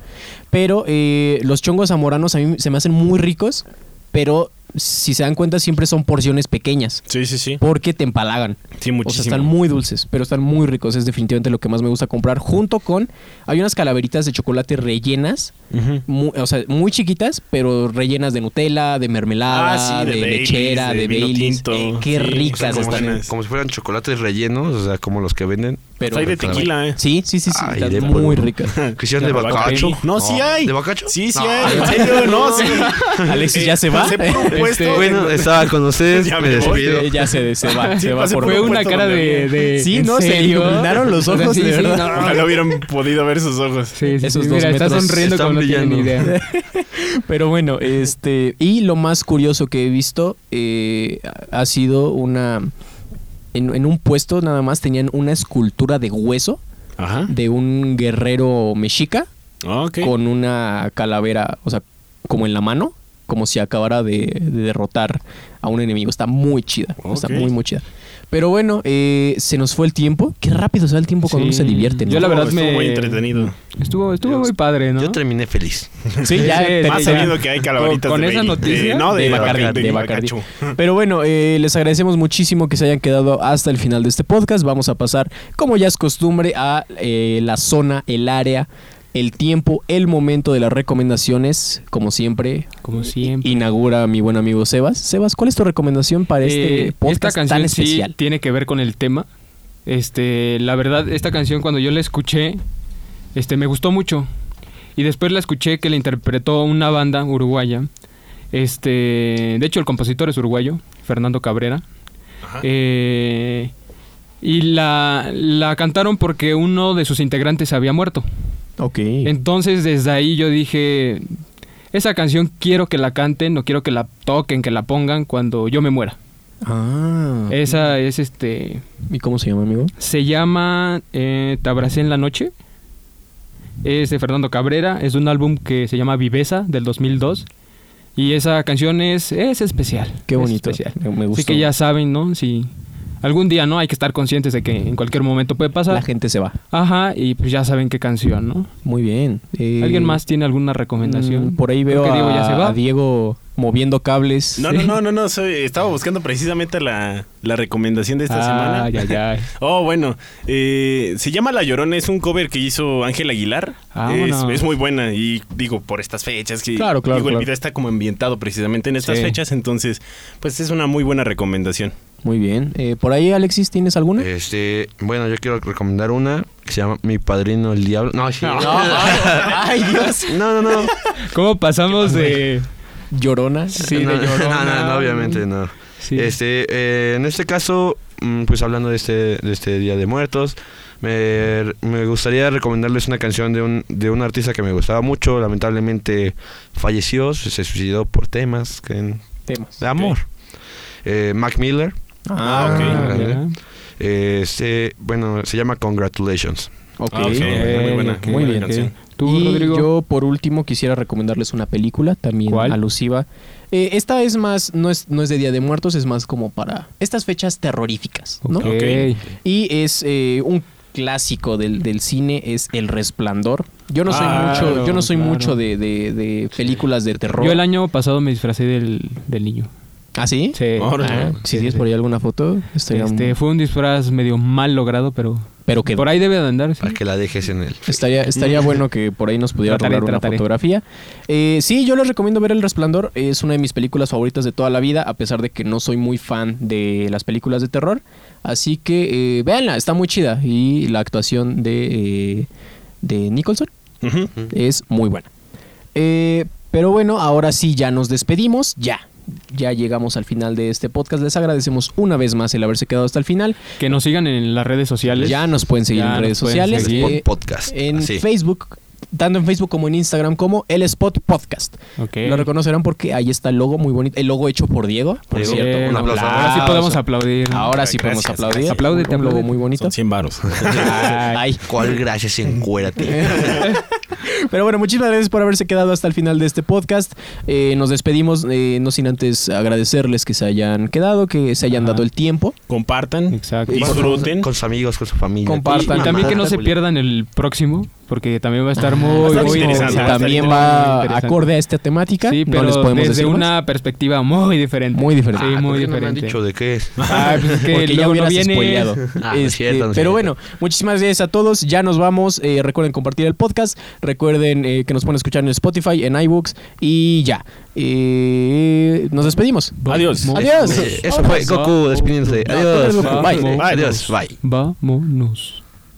Speaker 4: Pero eh, los chongos zamoranos a mí se me hacen muy ricos, pero si se dan cuenta siempre son porciones pequeñas
Speaker 8: Sí, sí, sí.
Speaker 4: porque te empalagan.
Speaker 8: Sí,
Speaker 4: O sea,
Speaker 8: muchísimo.
Speaker 4: están muy dulces, pero están muy ricos. Es definitivamente lo que más me gusta comprar. Junto con. Hay unas calaveritas de chocolate rellenas. mu- o sea, muy chiquitas, pero rellenas de Nutella, de mermelada,
Speaker 8: Ah, sí,
Speaker 4: de,
Speaker 8: de Baileys,
Speaker 4: lechera, de,
Speaker 8: de vino
Speaker 4: Baileys.
Speaker 8: tinto.
Speaker 4: Eh, qué
Speaker 8: Sí,
Speaker 5: O sea,
Speaker 4: ricas
Speaker 5: como,
Speaker 4: están.
Speaker 5: si- como si fueran chocolates rellenos, o sea, como los que venden.
Speaker 4: Pero,
Speaker 8: hay de tequila, ¿eh?
Speaker 4: Sí, sí, sí, sí.
Speaker 5: Ay,
Speaker 4: están
Speaker 5: de
Speaker 4: muy
Speaker 5: polvo.
Speaker 4: ricas.
Speaker 5: Que sean de bacacho.
Speaker 8: No, sí hay.
Speaker 5: ¿De bacacho?
Speaker 8: Sí, sí hay. En serio, no, sí. pues,
Speaker 4: Alexis ya se va.
Speaker 8: Pasé por un puesto.
Speaker 5: Bueno, estaba con ustedes,
Speaker 8: Ya
Speaker 5: me
Speaker 8: me voy.
Speaker 5: despido.
Speaker 4: Eh, ya se, se va, se va
Speaker 8: pasé
Speaker 4: por
Speaker 8: por
Speaker 6: Fue una
Speaker 8: puesto
Speaker 6: cara de,
Speaker 8: donde
Speaker 6: de-
Speaker 4: Sí,
Speaker 6: ¿en
Speaker 4: no, se
Speaker 6: serio?
Speaker 4: iluminaron los
Speaker 6: O sea,
Speaker 4: ojos,
Speaker 6: sí,
Speaker 4: de
Speaker 6: sí,
Speaker 4: verdad.
Speaker 6: no.
Speaker 8: Ojalá hubieran podido ver sus ojos.
Speaker 6: Sí, sí,
Speaker 4: Esos
Speaker 6: sí,
Speaker 4: dos
Speaker 6: mira, está
Speaker 4: metros
Speaker 6: sonriendo
Speaker 5: están
Speaker 6: como no tiene ni
Speaker 5: brillando.
Speaker 6: idea.
Speaker 4: Pero bueno, este. Y lo más curioso que he visto eh, ha sido una. En, en un puesto nada más tenían una escultura de hueso
Speaker 8: Ajá.
Speaker 4: de un guerrero mexica
Speaker 8: Ok.
Speaker 4: con una calavera, o sea, como en la mano, como si acabara de, de derrotar a un enemigo. Está muy chida, está
Speaker 8: Ok.
Speaker 4: muy, muy chida. Pero bueno, eh, se nos fue el tiempo. Qué rápido se va el tiempo cuando
Speaker 6: Sí.
Speaker 4: uno se divierte, ¿no?
Speaker 6: Yo la
Speaker 8: Estuvo-
Speaker 6: verdad
Speaker 8: estuvo
Speaker 6: me-
Speaker 8: muy entretenido.
Speaker 6: Estuvo, estuvo muy padre, ¿no?
Speaker 5: Yo terminé feliz.
Speaker 4: Sí, ya,
Speaker 6: Sí,
Speaker 4: te-
Speaker 8: Más
Speaker 6: ya.
Speaker 8: sabiendo que hay calaveritas
Speaker 6: Con
Speaker 8: de
Speaker 6: esa
Speaker 8: Bailey.
Speaker 6: noticia,
Speaker 8: Eh, no, de,
Speaker 4: de
Speaker 8: Bacardi.
Speaker 4: Bacardi, de
Speaker 8: de
Speaker 4: Bacardi.
Speaker 8: Bacacho.
Speaker 4: Pero bueno, eh, les agradecemos muchísimo que se hayan quedado hasta el final de este podcast. Vamos a pasar, como ya es costumbre, a eh, la zona, el área, el tiempo, el momento de las recomendaciones. Como siempre,
Speaker 6: Como siempre.
Speaker 4: inaugura mi buen amigo Sebas. Sebas, ¿cuál es tu recomendación para este
Speaker 6: Eh,
Speaker 4: podcast tan
Speaker 6: sí
Speaker 4: especial?
Speaker 6: tiene que ver con el tema. Este, la verdad, esta canción cuando yo la escuché, este, me gustó mucho. Y después la escuché que la interpretó una banda uruguaya. Este, de hecho, el compositor es uruguayo, Fernando Cabrera. Eh, y la, la cantaron porque uno de sus integrantes había muerto.
Speaker 4: Ok.
Speaker 6: Entonces desde ahí yo dije, esa canción quiero que la canten, no quiero que la toquen, que la pongan cuando yo me muera.
Speaker 4: Ah.
Speaker 6: Esa es este.
Speaker 4: ¿Y cómo se llama, amigo?
Speaker 6: Se llama eh, Te abracé en la noche. Es de Fernando Cabrera. Es de un álbum que se llama Viveza del 2002. Y esa canción es, es especial.
Speaker 4: Qué
Speaker 6: es
Speaker 4: bonito.
Speaker 6: especial.
Speaker 4: Me- me gustó.
Speaker 6: Así que ya saben, ¿no? Si algún día, ¿no? Hay que estar conscientes de que en cualquier momento puede pasar.
Speaker 4: La gente se va.
Speaker 6: Ajá, y pues ya saben qué canción, ¿no?
Speaker 4: Muy bien. Eh,
Speaker 6: ¿Alguien más tiene alguna recomendación?
Speaker 4: mm, Por ahí
Speaker 6: Creo
Speaker 4: veo
Speaker 6: que
Speaker 4: a,
Speaker 6: Diego ya se va.
Speaker 4: a Diego moviendo cables.
Speaker 8: No, no, no, no, no. soy- estaba buscando precisamente la, la recomendación de
Speaker 6: Ah,
Speaker 4: Ah,
Speaker 8: esta semana.
Speaker 6: Ay, ay, ay.
Speaker 8: Oh, bueno. eh, se llama La Llorona, es un cover que hizo Ángel Aguilar. Es,
Speaker 6: Vámonos.
Speaker 8: es muy buena y digo, por estas fechas que
Speaker 4: Claro, claro,
Speaker 8: digo,
Speaker 4: claro.
Speaker 8: el video está como ambientado precisamente en estas
Speaker 6: Sí.
Speaker 8: fechas, entonces pues es una muy buena recomendación.
Speaker 4: Muy bien. Eh, por ahí, Alexis, ¿tienes alguna?
Speaker 8: Eh.
Speaker 5: Este, bueno, yo quiero recomendar una que se llama Mi Padrino el Diablo. No, sí. No,
Speaker 4: Ay, Dios.
Speaker 5: no, no. No,
Speaker 6: ¿Cómo pasamos de...?
Speaker 4: Llorona.
Speaker 6: Sí, de
Speaker 5: no, no,
Speaker 6: Llorona.
Speaker 5: no, no, obviamente no.
Speaker 6: Sí.
Speaker 5: Este, eh, en este caso, mm, pues hablando de este, de este Día de Muertos, me, me gustaría recomendarles una canción de un, de un artista que me gustaba mucho. Lamentablemente falleció, se se suicidó por temas que-
Speaker 4: Temas.
Speaker 5: de amor. Eh, Mac Miller.
Speaker 4: Ah,
Speaker 6: Ah,
Speaker 5: ok.
Speaker 6: mira.
Speaker 5: eh, este, bueno, se llama Congratulations.
Speaker 4: Ok.
Speaker 8: Ah, ok, muy buena,
Speaker 6: ok,
Speaker 8: muy buena
Speaker 4: bien.
Speaker 8: canción.
Speaker 6: ¿Tú,
Speaker 4: y
Speaker 6: Rodrigo?
Speaker 4: yo por último quisiera recomendarles una película también
Speaker 6: ¿Cuál?
Speaker 4: alusiva. Eh, esta es más, no es, no es de Día de Muertos, es más como para estas fechas terroríficas, ¿no?
Speaker 6: Ok.
Speaker 4: Y es eh, un clásico del, del cine es El Resplandor. Yo no soy
Speaker 6: Ah, Claro,
Speaker 4: mucho, yo no soy
Speaker 6: claro.
Speaker 4: mucho de, de- de películas de terror.
Speaker 6: Yo el año pasado me disfracé del, del niño.
Speaker 4: ¿Ah, sí?
Speaker 6: Sí.
Speaker 4: Ah, si tienes por ahí alguna foto, estaría
Speaker 6: Este, fue un disfraz medio mal logrado, pero
Speaker 4: pero que
Speaker 6: por ahí debe de andar. sí.
Speaker 5: Para que la dejes en él.
Speaker 4: Estaría, estaría bueno que por ahí nos pudiera
Speaker 6: Trataré,
Speaker 4: rolar una
Speaker 6: trataré.
Speaker 4: fotografía. Eh, sí, yo les recomiendo ver El Resplandor. Es una de mis películas favoritas de toda la vida, a pesar de que no soy muy fan de las películas de terror. Así que eh, véanla, está muy chida. Y la actuación de, eh, de Nicholson es muy buena. Eh, pero bueno, ahora sí ya nos despedimos, ya. Ya llegamos al final de este podcast. Les agradecemos una vez más el haberse quedado hasta el final.
Speaker 6: Que nos sigan en las redes sociales.
Speaker 4: Ya nos pueden seguir
Speaker 6: Ya
Speaker 4: en
Speaker 6: nos
Speaker 4: redes
Speaker 6: pueden
Speaker 4: sociales.
Speaker 6: seguir.
Speaker 4: Eh,
Speaker 5: Spot Podcast.
Speaker 4: en
Speaker 5: así.
Speaker 4: Facebook, tanto en Facebook como en Instagram como El Spot Podcast.
Speaker 6: Ok.
Speaker 4: Lo reconocerán porque ahí está el logo muy bonito, el logo hecho por Diego, por
Speaker 5: Diego,
Speaker 4: cierto.
Speaker 6: Eh,
Speaker 5: un aplauso.
Speaker 6: Ahora sí podemos aplaudir.
Speaker 4: Ahora sí podemos
Speaker 7: Gracias,
Speaker 4: aplaudir.
Speaker 7: gracias.
Speaker 6: Apláudete,
Speaker 4: un logo
Speaker 6: apláudete.
Speaker 4: muy bonito.
Speaker 7: Son 100 varos.
Speaker 4: Ay.
Speaker 5: ¿Cuál gracias encuérate?
Speaker 4: Pero bueno, muchísimas gracias por haberse quedado hasta el final de este podcast. Eh, nos despedimos, eh, no sin antes agradecerles que se hayan quedado, que se hayan
Speaker 6: Ajá.
Speaker 4: dado el tiempo.
Speaker 7: Compartan,
Speaker 6: Exacto.
Speaker 5: Y
Speaker 7: disfruten.
Speaker 5: Con sus amigos, con su familia.
Speaker 4: Compartan.
Speaker 6: Y también que no se pierdan el próximo, porque también va a
Speaker 4: Ah,
Speaker 6: estar muy,
Speaker 7: estar
Speaker 6: muy
Speaker 7: interesante, va a estar
Speaker 4: También
Speaker 6: Muy
Speaker 4: va
Speaker 6: interesante.
Speaker 4: acorde a esta temática.
Speaker 6: Sí, pero
Speaker 4: no les podemos
Speaker 6: desde
Speaker 4: decir más.
Speaker 6: una perspectiva muy diferente.
Speaker 4: Muy diferente.
Speaker 6: Sí,
Speaker 5: Ah, ¿por
Speaker 6: muy
Speaker 5: qué no me han
Speaker 6: diferente.
Speaker 5: dicho de qué es.
Speaker 6: Ah, pues es que
Speaker 4: Porque ya
Speaker 6: luego no
Speaker 4: hubieras
Speaker 6: viene.
Speaker 4: spoileado.
Speaker 5: Ah, no es
Speaker 4: Este,
Speaker 5: cierto, no es
Speaker 4: pero
Speaker 5: cierto.
Speaker 4: bueno, muchísimas gracias a todos. Ya nos vamos. Eh, recuerden compartir el podcast. Recuerden eh, que nos pueden escuchar en Spotify, en iBooks. Y ya. Eh, nos despedimos.
Speaker 7: Adiós.
Speaker 4: Adiós.
Speaker 5: eh, Eso fue Goku despidiéndose. Adiós.
Speaker 4: Bye.
Speaker 5: Adiós. Bye.
Speaker 6: Vámonos.